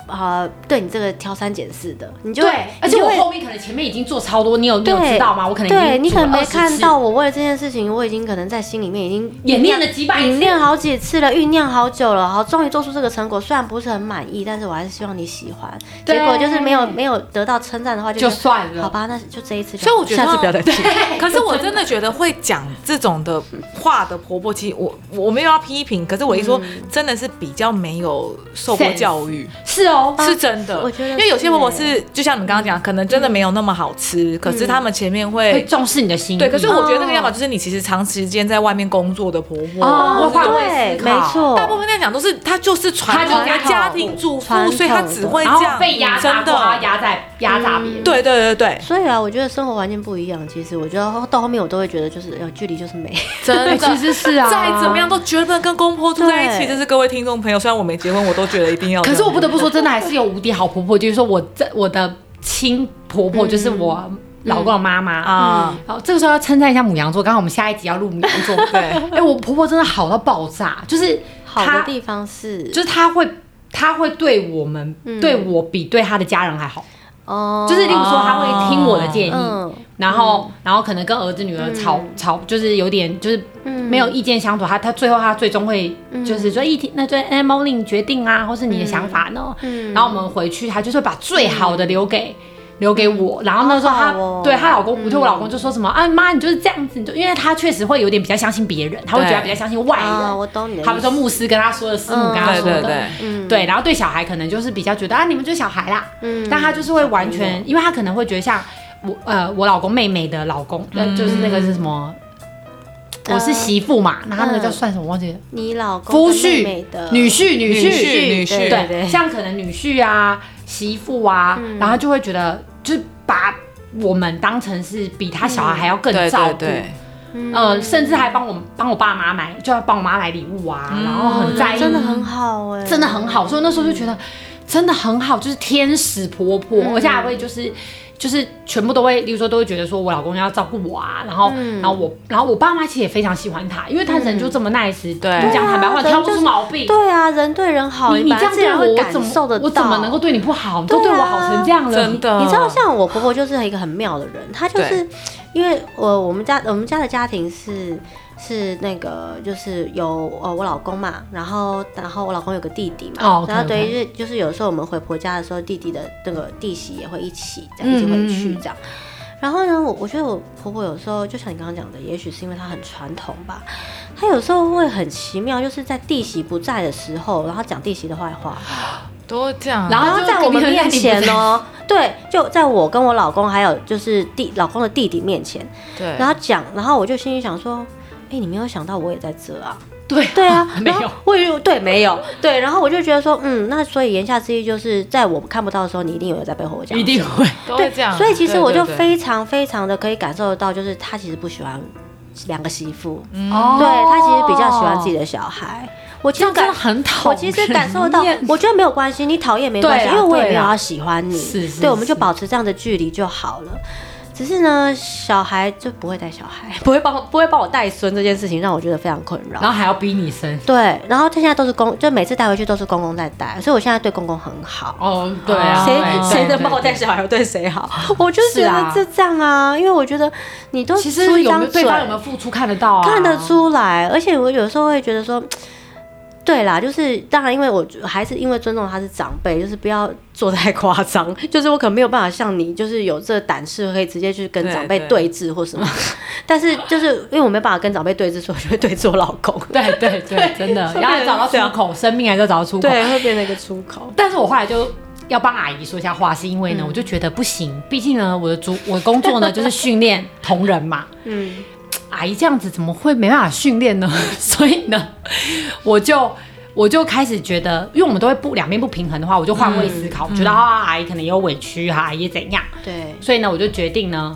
[SPEAKER 1] 啊、对你这个挑三拣四的，你就
[SPEAKER 2] 对，而且我
[SPEAKER 1] 你就会
[SPEAKER 2] 后面可能前面已经做超多，你有你有
[SPEAKER 1] 对
[SPEAKER 2] 知道吗？我可能已经
[SPEAKER 1] 对你
[SPEAKER 2] 煮
[SPEAKER 1] 可能
[SPEAKER 2] 了
[SPEAKER 1] 没
[SPEAKER 2] 20
[SPEAKER 1] 看
[SPEAKER 2] 次
[SPEAKER 1] 到，我为了这件事情，我已经可能在心里面已经
[SPEAKER 2] 演练了几百
[SPEAKER 1] 演
[SPEAKER 2] 次，
[SPEAKER 1] 练好几次了，酝酿好久了，好，终于做出这个成果，虽然不是很满意，但是我还是希望你喜欢。
[SPEAKER 2] 对
[SPEAKER 1] 结果就是没有没有得到称赞的话就，
[SPEAKER 2] 嗯就算了
[SPEAKER 1] 好吧，那就这一次就好。
[SPEAKER 4] 所以我觉得
[SPEAKER 1] 下次不要再
[SPEAKER 4] 对。 可是我真的觉得会讲这种的话的婆婆，其实我我没有要批评，可是我一说、
[SPEAKER 1] 嗯
[SPEAKER 4] 真的是比较没有受过
[SPEAKER 2] Sense
[SPEAKER 4] 教育。
[SPEAKER 2] 是哦，
[SPEAKER 4] 是真的，
[SPEAKER 1] 嗯我觉得
[SPEAKER 4] 因为有些
[SPEAKER 1] 是
[SPEAKER 4] 婆婆
[SPEAKER 1] 欸
[SPEAKER 4] 是，就像你们刚刚讲，可能真的没有那么好吃，可
[SPEAKER 1] 嗯
[SPEAKER 4] 是他们前面
[SPEAKER 2] 会
[SPEAKER 4] 会
[SPEAKER 2] 重视你的心意。
[SPEAKER 4] 对，可是我觉得那个
[SPEAKER 1] 哦
[SPEAKER 4] 要么就是你其实长时间在外面工作的婆婆，
[SPEAKER 2] 哦
[SPEAKER 4] 或
[SPEAKER 1] 哦，
[SPEAKER 4] 是
[SPEAKER 2] 换位
[SPEAKER 1] 对，
[SPEAKER 2] 思考
[SPEAKER 1] 没错，
[SPEAKER 4] 大部分在讲都是她就是传
[SPEAKER 2] 她
[SPEAKER 4] 统
[SPEAKER 2] 就是
[SPEAKER 4] 的
[SPEAKER 2] 家
[SPEAKER 4] 家
[SPEAKER 2] 庭
[SPEAKER 4] 庭主妇
[SPEAKER 1] 传，统
[SPEAKER 4] 所以她只会
[SPEAKER 2] 然
[SPEAKER 4] 这
[SPEAKER 2] 后
[SPEAKER 4] 样，
[SPEAKER 2] 被压榨
[SPEAKER 4] 真
[SPEAKER 2] 过，然后
[SPEAKER 4] 的，
[SPEAKER 2] 压在压榨别人。
[SPEAKER 4] 对对对对，
[SPEAKER 1] 所以啊，我觉得生活环境不一样，其实我觉得后到后面我都会觉得就是有距离就是美。
[SPEAKER 4] 真的
[SPEAKER 2] 其实是啊
[SPEAKER 4] 再怎么样都绝得跟公婆住在一起。
[SPEAKER 1] 对
[SPEAKER 4] 这是各位听众朋友，虽然我没结婚，我都觉得一定
[SPEAKER 1] 哦
[SPEAKER 4] 要这
[SPEAKER 2] 可
[SPEAKER 4] 样。
[SPEAKER 2] 是我不得不说，真的还是有无敌好婆婆，就是说我这我的亲婆
[SPEAKER 1] 嗯
[SPEAKER 2] 婆就是我老公的妈妈啊。
[SPEAKER 4] 啊，
[SPEAKER 2] 好，这个时候要称赞一下母羊座，刚好我们下一集要录母羊 座。
[SPEAKER 4] 对
[SPEAKER 2] 哎、我婆婆真的好到爆炸，就是
[SPEAKER 1] 好的
[SPEAKER 2] 她，
[SPEAKER 1] 地方是，
[SPEAKER 2] 就是她会，她会对我们，
[SPEAKER 1] 嗯
[SPEAKER 2] 对我比对她的家人还好。
[SPEAKER 1] 哦
[SPEAKER 2] 就是例如说，她会听我的建议，
[SPEAKER 1] 嗯
[SPEAKER 2] 然后，然后可能跟儿子女儿吵、
[SPEAKER 1] 嗯
[SPEAKER 2] 吵，就是有点就是
[SPEAKER 1] 嗯
[SPEAKER 2] 没有意见相左。她她最后她最终会就是说一听，那就 e m i l y 决定啊，或是你的想法呢？
[SPEAKER 1] 嗯
[SPEAKER 2] 然后我们回去，她就是把最好的留给。留给我，然后那时候
[SPEAKER 1] 好
[SPEAKER 2] 她
[SPEAKER 1] 好哦
[SPEAKER 2] 对她老公，我对我老公就说什么啊妈，你就是这样子，你就因为她确实会有点比较相信别人，她会觉得比较相信外
[SPEAKER 1] 啊，
[SPEAKER 2] 人。
[SPEAKER 1] 我懂你的意思。
[SPEAKER 2] 他们说牧师跟她说的，师母跟她
[SPEAKER 4] 对
[SPEAKER 2] 说
[SPEAKER 4] 对
[SPEAKER 2] 的，
[SPEAKER 4] 对，
[SPEAKER 1] 嗯
[SPEAKER 2] 对，然后对小孩可能就是比较觉得啊，你们就是小孩啦，
[SPEAKER 1] 嗯
[SPEAKER 2] 但他就是会完全，因为他可能会觉得像我呃我老公妹妹的老公，呃就是那个是什么，我是媳妇嘛，那他那个叫算什么忘记了，
[SPEAKER 1] 你老
[SPEAKER 2] 夫
[SPEAKER 1] 公的妹
[SPEAKER 2] 婿
[SPEAKER 1] 妹的、
[SPEAKER 2] 女婿、女
[SPEAKER 4] 女
[SPEAKER 2] 婿，
[SPEAKER 4] 婿
[SPEAKER 1] 对
[SPEAKER 4] 女婿，
[SPEAKER 1] 对嗯
[SPEAKER 2] 对，像可能女婿啊、媳妇啊，然后就会觉得就是把我们当成是比他小孩还要更
[SPEAKER 4] 对
[SPEAKER 2] 照
[SPEAKER 4] 对
[SPEAKER 2] 顾。
[SPEAKER 4] 对，
[SPEAKER 1] 嗯
[SPEAKER 2] 呃，甚至还帮我帮我爸妈买，就要帮我妈买礼物啊，
[SPEAKER 4] 嗯
[SPEAKER 2] 然后很在意，
[SPEAKER 1] 真的很好哎、
[SPEAKER 2] 真的很好，所以那时候就觉得真的很好，就是天使婆婆，
[SPEAKER 1] 嗯
[SPEAKER 2] 而且还会就是就是全部都会，例如说都会觉得说我老公要照顾我
[SPEAKER 1] 嗯
[SPEAKER 2] 啊，然后、然后我然后我爸妈其实也非常喜欢他，因为他人就这么 nice，、
[SPEAKER 4] 对
[SPEAKER 2] 就讲坦白话
[SPEAKER 1] 嗯对啊
[SPEAKER 2] 挑不出毛病。
[SPEAKER 1] 对啊，人对人好，
[SPEAKER 2] 你你
[SPEAKER 1] 本
[SPEAKER 2] 这
[SPEAKER 1] 来
[SPEAKER 2] 样
[SPEAKER 1] 自然会
[SPEAKER 2] 对我，我
[SPEAKER 1] 感
[SPEAKER 2] 怎
[SPEAKER 1] 受
[SPEAKER 2] 么
[SPEAKER 1] 得到
[SPEAKER 2] 我怎么能够对嗯你不好？你都对
[SPEAKER 1] 对
[SPEAKER 2] 我
[SPEAKER 1] 啊
[SPEAKER 2] 好成这样了，
[SPEAKER 4] 真的，
[SPEAKER 1] 你知道，像我婆婆就是一个很妙的人，她就是
[SPEAKER 4] 对
[SPEAKER 1] 因为我我们家我们家的家庭是是那个就是有呃我老公嘛，然后然后我老公有个弟弟嘛，
[SPEAKER 2] 哦，OK，OK
[SPEAKER 1] 然后等于是就是有时候我们回婆家的时候，弟弟的那个弟媳也会一起这样一起回去这样。
[SPEAKER 2] 嗯
[SPEAKER 1] 然后呢，我我觉得我婆婆有时候就像你刚刚讲的，也许是因为她很传统吧，她有时候会很奇妙，就是在弟媳不在的时候，然后讲弟媳的坏话。
[SPEAKER 4] 都会这样。
[SPEAKER 2] 然后
[SPEAKER 1] 然后在我们面前哦，对，就在我跟我老公还有就是弟老公的弟弟面前，
[SPEAKER 4] 对，
[SPEAKER 1] 然后讲，然后我就心里想说，哎、你没有想到我也在这啊，
[SPEAKER 2] 对 ，
[SPEAKER 1] 对啊
[SPEAKER 2] 没
[SPEAKER 1] 然
[SPEAKER 2] 有
[SPEAKER 1] 后我也有对没有对，然后我就觉得说，嗯，那所以言下之意就是，在我看不到的时候，你一定有人在背后我讲，
[SPEAKER 2] 一定会。
[SPEAKER 4] 都
[SPEAKER 1] 对
[SPEAKER 4] 会这样。
[SPEAKER 1] 所以其实我就
[SPEAKER 4] 对对对
[SPEAKER 1] 非常非常的可以感受得到，就是他其实不喜欢两个媳妇，
[SPEAKER 2] 哦
[SPEAKER 1] 对他其实比较喜欢自己的小孩。我其
[SPEAKER 2] 这
[SPEAKER 1] 实
[SPEAKER 2] 样真的
[SPEAKER 1] 感
[SPEAKER 2] 很讨
[SPEAKER 1] 我
[SPEAKER 2] 厌。
[SPEAKER 1] 其实感受到，我觉得没有关系，你讨厌没关系，
[SPEAKER 2] 对
[SPEAKER 1] 因
[SPEAKER 2] 啊
[SPEAKER 1] 为我也没
[SPEAKER 2] 对
[SPEAKER 1] 有
[SPEAKER 2] 啊
[SPEAKER 1] 要喜欢你，
[SPEAKER 2] 是是
[SPEAKER 1] 对，我们就是保持这样的距离就好了。只是呢，小孩就不会带小孩， 不会帮我不会帮我带孙这件事情，让我觉得非常困扰
[SPEAKER 2] 然。后还要逼你生。
[SPEAKER 1] 对，然后他现在都是公，就每次带回去都是公公在带，所以我现在对公公很好。
[SPEAKER 2] 哦，对啊，
[SPEAKER 1] 谁
[SPEAKER 2] 对
[SPEAKER 1] 谁能
[SPEAKER 2] 对
[SPEAKER 1] 帮我带
[SPEAKER 2] 对
[SPEAKER 1] 小孩，我对谁好？我就
[SPEAKER 2] 是
[SPEAKER 1] 觉得
[SPEAKER 2] 啊
[SPEAKER 1] 这这样啊，因为我觉得你都
[SPEAKER 2] 其
[SPEAKER 1] 出
[SPEAKER 2] 实
[SPEAKER 1] 一
[SPEAKER 2] 有
[SPEAKER 1] 张
[SPEAKER 2] 没有对
[SPEAKER 1] 嘴
[SPEAKER 2] 方有没有付出看得到啊？
[SPEAKER 1] 看得。出来，而且我有时候会觉得说，对啦，就是当然，因为我还是因为尊重他是长辈，就是不要做得太夸张， 就是我可能没有办法像你，就是有这胆识可以直接去跟
[SPEAKER 4] 对
[SPEAKER 1] 长辈
[SPEAKER 4] 对
[SPEAKER 1] 对峙或什么， 但是就是因为我没办法跟长辈对峙，所以我就会对峙我老公，
[SPEAKER 2] 对对对，真的，然后找到出口，生命还是要找到出口。
[SPEAKER 1] 对，会变成一个出口。
[SPEAKER 2] 但是我后来就要帮阿姨说一下话，是因为
[SPEAKER 1] 嗯
[SPEAKER 2] 呢，我就觉得不行，毕竟呢，我的主我的工作呢就是训练同仁嘛，
[SPEAKER 1] 嗯，
[SPEAKER 2] 阿哎姨这样子怎么会没办法训练呢？ 所以呢，我就。我就开始觉得，因为我们都会不两边不平衡的话，我就换位思考，我觉得啊，阿姨可能也有委屈，啊阿姨也怎样，
[SPEAKER 1] 对，
[SPEAKER 2] 所以呢，我就决定呢，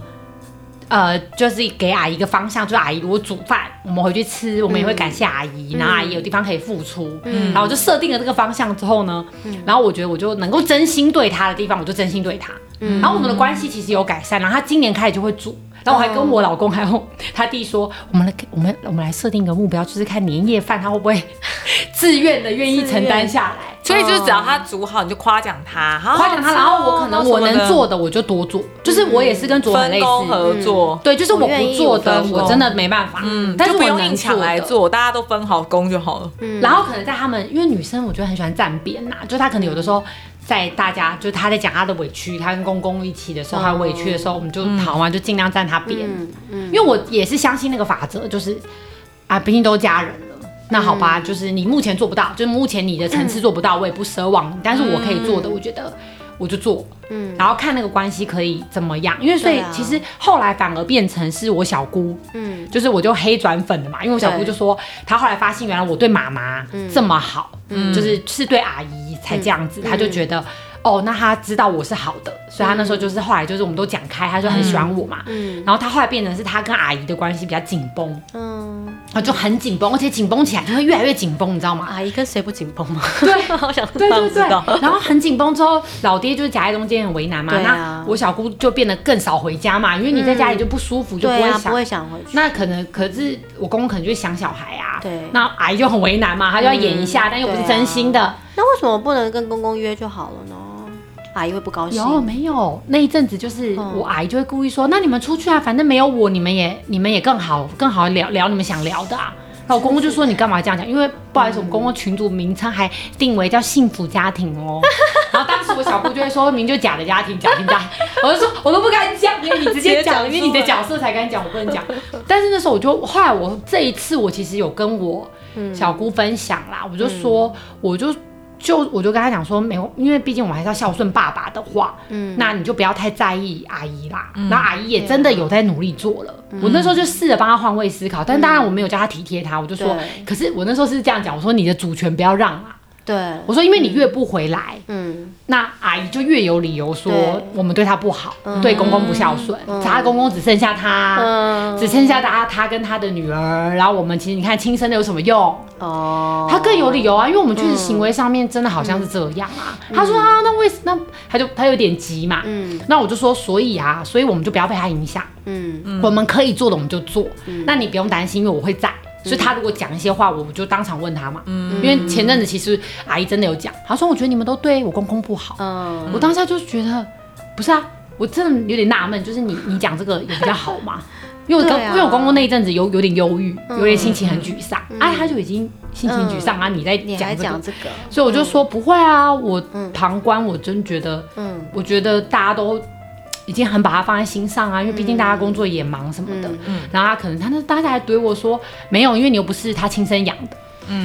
[SPEAKER 2] 呃，就是给阿姨一个方向，就是阿姨如果煮饭，我们回去吃，我们也会感谢阿姨，
[SPEAKER 4] 嗯
[SPEAKER 2] 然后阿姨有地方可以付出。然后我就设定了这个方向之后呢，然后我觉得我就能够真心对她的地方，我就真心对她。
[SPEAKER 4] 嗯
[SPEAKER 2] 然后我们的关系其实有改善，然后她今年开始就会煮。然后我还跟我老公还有他弟说，我们来我们我们来设定一个目标，就是看年夜饭他会不会自愿的愿意承担下来，
[SPEAKER 4] 所以就是只要他煮好，你就夸奖他，好好
[SPEAKER 2] 嗯夸奖他。
[SPEAKER 4] 吃哦
[SPEAKER 2] 然后我可能我
[SPEAKER 4] 什么
[SPEAKER 2] 能
[SPEAKER 4] 的嗯
[SPEAKER 2] 做的我就多做，就是我也是跟卓很类
[SPEAKER 4] 分
[SPEAKER 2] 似，
[SPEAKER 4] 工合作，
[SPEAKER 2] 对，就是我
[SPEAKER 1] 我愿
[SPEAKER 2] 不
[SPEAKER 1] 意
[SPEAKER 2] 做的，
[SPEAKER 1] 我
[SPEAKER 2] 我真的没办法。嗯，但是
[SPEAKER 4] 就
[SPEAKER 2] 我
[SPEAKER 4] 不用
[SPEAKER 2] 能
[SPEAKER 4] 硬抢
[SPEAKER 2] 做
[SPEAKER 4] 来
[SPEAKER 2] 的。
[SPEAKER 4] 做，大家都分好工就好了。
[SPEAKER 1] 嗯
[SPEAKER 2] 然后可能在他们，因为女生我觉得很喜欢站边呐，就她可能有的时候在大家，就是她在讲她的委屈，她跟公公一起的时候，她委屈的时候，我们就讨完就尽量站她边。
[SPEAKER 1] 哦嗯嗯
[SPEAKER 2] 因为我也是相信那个法则，就是啊，毕竟都家人了。那好
[SPEAKER 1] 嗯
[SPEAKER 2] 吧，就是你目前做不到，就是目前你的层次做不到，我也不奢望你，但是我可以
[SPEAKER 1] 嗯
[SPEAKER 2] 做的，我觉得我就做，嗯，然后看那个关系可以怎么样，因为所以
[SPEAKER 1] 对啊
[SPEAKER 2] 其实后来反而变成是我小姑，
[SPEAKER 1] 嗯，
[SPEAKER 2] 就是我就黑转粉了嘛，因为我小姑就说，她后来发现原来我对妈妈这么好，
[SPEAKER 1] 嗯
[SPEAKER 2] 就是是对阿姨才这样子，她就觉得。哦，那她知道我是好的，所以她那时候就是后来就是我们都讲开，她就很喜欢我嘛。
[SPEAKER 1] 嗯
[SPEAKER 2] 然后她后来变成是她跟阿姨的关系比较紧绷，
[SPEAKER 1] 嗯，
[SPEAKER 2] 然后就很紧绷，而且紧绷起来就会越来越紧绷，你知道吗？
[SPEAKER 1] 阿姨跟谁不紧绷吗？
[SPEAKER 2] 对，
[SPEAKER 1] 我想
[SPEAKER 2] 对对
[SPEAKER 1] 当知
[SPEAKER 2] 对
[SPEAKER 1] 道。，
[SPEAKER 2] 然后很紧绷之后，老爹就是夹在中间很为难嘛。
[SPEAKER 1] 对
[SPEAKER 2] 那
[SPEAKER 1] 啊
[SPEAKER 2] 我小姑就变得更少回家嘛，因为你在家里就不舒服，就不
[SPEAKER 1] 对
[SPEAKER 2] 会
[SPEAKER 1] 啊，
[SPEAKER 2] 想
[SPEAKER 1] 不会想回去。
[SPEAKER 2] 那可能，可是我公公可能就想小孩啊，
[SPEAKER 1] 对嗯
[SPEAKER 2] 那阿姨就很为难嘛，她就要演一下，但又不是真心的。
[SPEAKER 1] 那为什么不能跟公公约就好了呢？阿姨会不高兴。
[SPEAKER 2] 有没有？那一阵子就是
[SPEAKER 1] 嗯
[SPEAKER 2] 我阿姨就会故意说，那你们出去啊，反正没有我，你们也 你们也更好，更好聊聊你们想聊的啊。那我公公就说你干嘛这样讲？因为不好意思，我们公公群组名称还定为叫幸福家庭哦。 然后当时我小姑就会说，明就假的家庭，假 庭家庭。我就说，我都不敢讲，因为你直接讲，因为你的角色才敢讲，我不能讲。 但是那时候我就，后来我这一次我其实有跟我小姑分享啦，我就说，我就就我就跟她讲说，没有，因为毕竟我们还是要孝顺爸爸的话，
[SPEAKER 1] 嗯
[SPEAKER 2] 那你就不要太在意阿姨啦。然后阿姨也真的有在努力做了，
[SPEAKER 1] 啊
[SPEAKER 2] 我那时候就试着帮她换位思考，但当然我没有叫她体贴她，我就说
[SPEAKER 1] 嗯对，
[SPEAKER 2] 可是我那时候是这样讲，我说你的主权不要让啊，
[SPEAKER 1] 对，
[SPEAKER 2] 我说因为你越不回来，
[SPEAKER 1] 嗯，
[SPEAKER 2] 那阿姨就越有理由说
[SPEAKER 1] 对
[SPEAKER 2] 我们对她不好，对公公不孝顺，她公公只剩下她，
[SPEAKER 1] 嗯
[SPEAKER 2] 只剩下她她跟她的女儿，然后我们其实你看亲生的有什么用？
[SPEAKER 1] 哦，
[SPEAKER 2] 她更有理由啊，因为我们确实行为上面真的好像是这样啊。她说啊，那为那她就她有点急嘛，
[SPEAKER 1] 嗯
[SPEAKER 2] 那我就说所以啊，所以我们就不要被她影响，
[SPEAKER 1] 嗯
[SPEAKER 2] 我们可以做的我们就做，那你不用担心，因为我会在。
[SPEAKER 1] 嗯
[SPEAKER 2] 所以她如果讲一些话，我我就当场问她嘛，因为前阵子其实阿姨真的有讲，她说我觉得你们都对我公公不好，
[SPEAKER 1] 嗯，
[SPEAKER 2] 我当下就觉得，不是啊，我真的有点纳闷，就是你你讲这个有比较好吗？因为我跟、
[SPEAKER 1] 对啊嗯
[SPEAKER 2] 因为我公公那一阵子有有点忧郁，有点心情很沮丧，啊，他就已经心情沮丧啊，你在
[SPEAKER 1] 你
[SPEAKER 2] 讲
[SPEAKER 1] 还
[SPEAKER 2] 这个
[SPEAKER 1] 讲，这嗯个，
[SPEAKER 2] 所以我就说不会啊，我旁观，我真觉得，
[SPEAKER 1] 嗯
[SPEAKER 2] 我觉得大家都。已经很把他放在心上啊，因为毕竟大
[SPEAKER 1] 嗯
[SPEAKER 2] 家工作也忙什么的，然后他可能他那大家还怼我说没有，因为你又不是他亲生养的，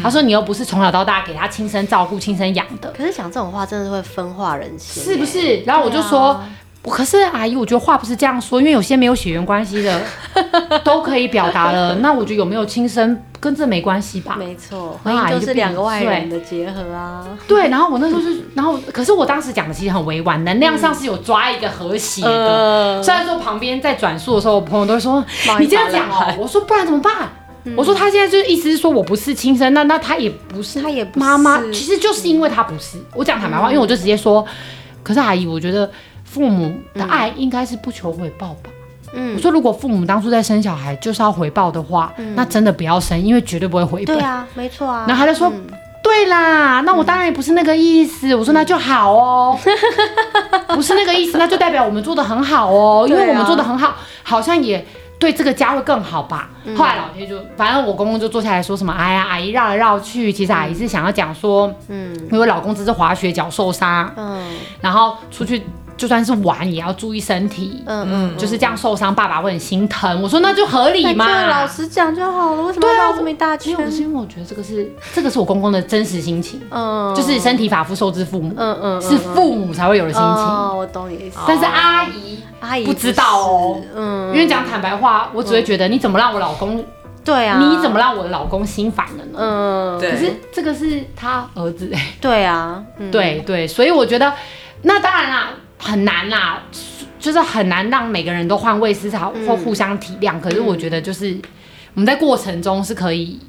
[SPEAKER 2] 他说你又不是从小到大给他亲生照顾、亲生养的，
[SPEAKER 1] 可是讲这种话真的是会分化人心，啊
[SPEAKER 2] 是不？是？然后我就说，我可是阿姨，我觉得话不是这 样说，因为有些没有血缘关系的都可以表达了。那我觉得有没有亲生跟这没关系吧？
[SPEAKER 1] 没错，
[SPEAKER 2] 然
[SPEAKER 1] 婚
[SPEAKER 2] 啊后阿
[SPEAKER 1] 姻
[SPEAKER 2] 姨
[SPEAKER 1] 就
[SPEAKER 2] 就是
[SPEAKER 1] 两个
[SPEAKER 2] 闭
[SPEAKER 1] 外
[SPEAKER 2] 嘴
[SPEAKER 1] 人的结合啊。
[SPEAKER 2] 对，然后我那时候就是，然后可是我当时讲的其实很委婉，能量上是有抓一个和谐的。
[SPEAKER 1] 呃
[SPEAKER 2] 虽然说旁边在转述的时候，我朋友都会说
[SPEAKER 1] 冒一嗯
[SPEAKER 2] 你这样
[SPEAKER 1] 把
[SPEAKER 2] 讲
[SPEAKER 1] 冷
[SPEAKER 2] 哦
[SPEAKER 1] 汗，
[SPEAKER 2] 我说不然怎么办？我说他现在就是意思是说我不是亲生，那那他也不是，
[SPEAKER 1] 他也不
[SPEAKER 2] 妈妈，
[SPEAKER 1] 是嗯
[SPEAKER 2] 其实就是因为他不是。我讲坦白话，因为我就直接说，可是阿姨，我觉得父母的爱应该是不求回报吧。
[SPEAKER 1] 嗯嗯
[SPEAKER 2] 我说，如果父母当初在生小孩就是要回报的话，那真的不要生，因为绝对不会回本
[SPEAKER 1] 对。啊，没错啊。
[SPEAKER 2] 然后他就说。对啦，那我当然也不是那个意思。我说
[SPEAKER 1] 嗯
[SPEAKER 2] 那就好 哦，不是那个意思，那就代表我们做的很好哦，因为
[SPEAKER 1] 对啊
[SPEAKER 2] 我们做的很好，好像也对这个家会更好吧。
[SPEAKER 1] 嗯
[SPEAKER 2] 后来老爹就，反正我公公就坐下来说什么，哎呀，阿姨绕来绕去，其实阿姨是想要讲说，
[SPEAKER 1] 嗯
[SPEAKER 2] 因为老公只是滑雪脚受伤，
[SPEAKER 1] 嗯
[SPEAKER 2] 然后出去就算是玩也要注意身体，
[SPEAKER 1] 嗯嗯，
[SPEAKER 2] 就是这样受伤，爸爸会很心疼。我说那就合理嘛，
[SPEAKER 1] 那就老实讲就好了，为什么
[SPEAKER 2] 对啊
[SPEAKER 1] 要绕这么一大
[SPEAKER 2] 因
[SPEAKER 1] 圈
[SPEAKER 2] 为？我是因为我觉得这个是这个是我公公的真实心情，
[SPEAKER 1] 嗯，
[SPEAKER 2] 就是身体发肤受之父母，
[SPEAKER 1] 嗯嗯嗯
[SPEAKER 2] 是父母才会有的心情。
[SPEAKER 1] 哦，我懂你的意思。
[SPEAKER 2] 但是阿姨，
[SPEAKER 1] 阿姨
[SPEAKER 2] 不知道哦
[SPEAKER 1] 是嗯，
[SPEAKER 2] 因为讲坦白话，我只会觉得你怎么让我老公，
[SPEAKER 1] 对啊，
[SPEAKER 2] 你怎么让我的老公心烦了呢？
[SPEAKER 1] 嗯，
[SPEAKER 2] 可
[SPEAKER 4] 对
[SPEAKER 2] 是这个是他儿子哎、
[SPEAKER 1] 对啊，嗯，
[SPEAKER 2] 对对，所以我觉得，那当然啦，很难啦，就是很难让每个人都换位思考或互相体谅。可是我觉得，就是
[SPEAKER 1] 嗯
[SPEAKER 2] 我们在过程中是可以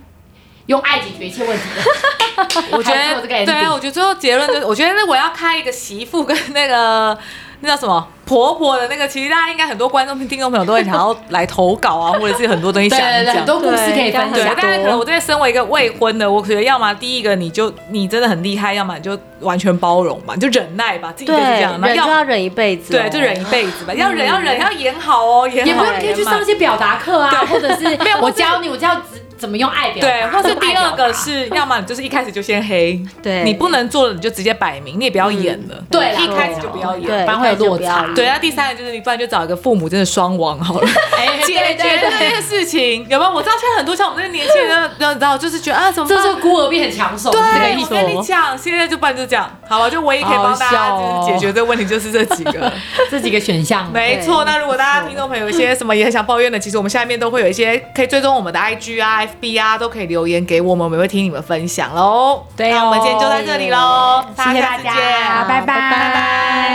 [SPEAKER 2] 用爱解决一切问题的。
[SPEAKER 4] 我觉
[SPEAKER 2] 还是有
[SPEAKER 4] 得
[SPEAKER 2] 这个 ending
[SPEAKER 4] 对啊，我觉得最后结论 就是，我觉得那我要开一个媳妇跟那个那叫什么婆婆的那个，其实大家应该很多观众听众朋友都会想要来投稿啊，或者是很多东西
[SPEAKER 2] 对
[SPEAKER 4] 想
[SPEAKER 2] 对对，
[SPEAKER 4] 讲
[SPEAKER 2] 很。多故事可以分
[SPEAKER 4] 对，
[SPEAKER 2] 享
[SPEAKER 4] 大。家可能我这身为一个未婚的，我觉得要么第一个你就你真的很厉害，要么你就完全包容吧，你就忍耐吧，自己就是这
[SPEAKER 1] 对，
[SPEAKER 4] 样，
[SPEAKER 1] 忍
[SPEAKER 4] 那
[SPEAKER 1] 就
[SPEAKER 4] 要
[SPEAKER 2] 啊
[SPEAKER 1] 要忍一辈子哦，
[SPEAKER 4] 对就忍一辈子吧，要忍要忍要演好哦，
[SPEAKER 2] 嗯
[SPEAKER 4] 演
[SPEAKER 2] 也不
[SPEAKER 4] 好
[SPEAKER 2] 用可以去上一
[SPEAKER 4] 演
[SPEAKER 2] 些表达课啊，或 者是我教你，我教怎怎么用爱表
[SPEAKER 4] 满对，
[SPEAKER 2] 达，
[SPEAKER 4] 或是
[SPEAKER 2] 啊用爱
[SPEAKER 4] 第二
[SPEAKER 2] 表
[SPEAKER 4] 个
[SPEAKER 2] 达
[SPEAKER 4] 是，要么你就是一开始就先黑，
[SPEAKER 1] 对
[SPEAKER 4] 你不能做了你就直接摆明，你也不要演了，
[SPEAKER 2] 对啦
[SPEAKER 4] 一开始就不要演，
[SPEAKER 1] 对，
[SPEAKER 2] 不然会有落差
[SPEAKER 1] 一开始就不要理
[SPEAKER 4] 对，那第三个就是你，不然就找一个父母真的双亡好了，
[SPEAKER 2] 哎 对
[SPEAKER 4] 解
[SPEAKER 2] 对
[SPEAKER 4] 决
[SPEAKER 2] 对
[SPEAKER 4] 这件事情，有没有？我知道现在很多像我们这个年轻人，你知道，就是觉得啊，怎么
[SPEAKER 2] 这
[SPEAKER 4] 办
[SPEAKER 2] 时候孤儿变很抢手，是这个
[SPEAKER 4] 对，
[SPEAKER 2] 意
[SPEAKER 4] 我
[SPEAKER 2] 思
[SPEAKER 4] 跟你
[SPEAKER 2] 吗。
[SPEAKER 4] 讲，现在就不然就这样，好啊吧？就唯一可以帮大家
[SPEAKER 2] 好好笑
[SPEAKER 4] 就
[SPEAKER 2] 哦
[SPEAKER 4] 是解决这个问题，就是这几 个。
[SPEAKER 2] 这几个选项，哦
[SPEAKER 4] 没错，那如果大家听众朋友有一些什么也很想抱怨的，其实我们下面都会有一些可以追踪我们的 IG 啊、FB 啊，都可以留言给我们，我们也会听你们分享喽。
[SPEAKER 2] 对哦哦
[SPEAKER 4] 那我们今天就在这里喽，
[SPEAKER 2] 谢谢
[SPEAKER 4] 下
[SPEAKER 2] 大
[SPEAKER 4] 次
[SPEAKER 2] 家
[SPEAKER 4] 见，
[SPEAKER 2] 拜拜
[SPEAKER 4] 拜拜。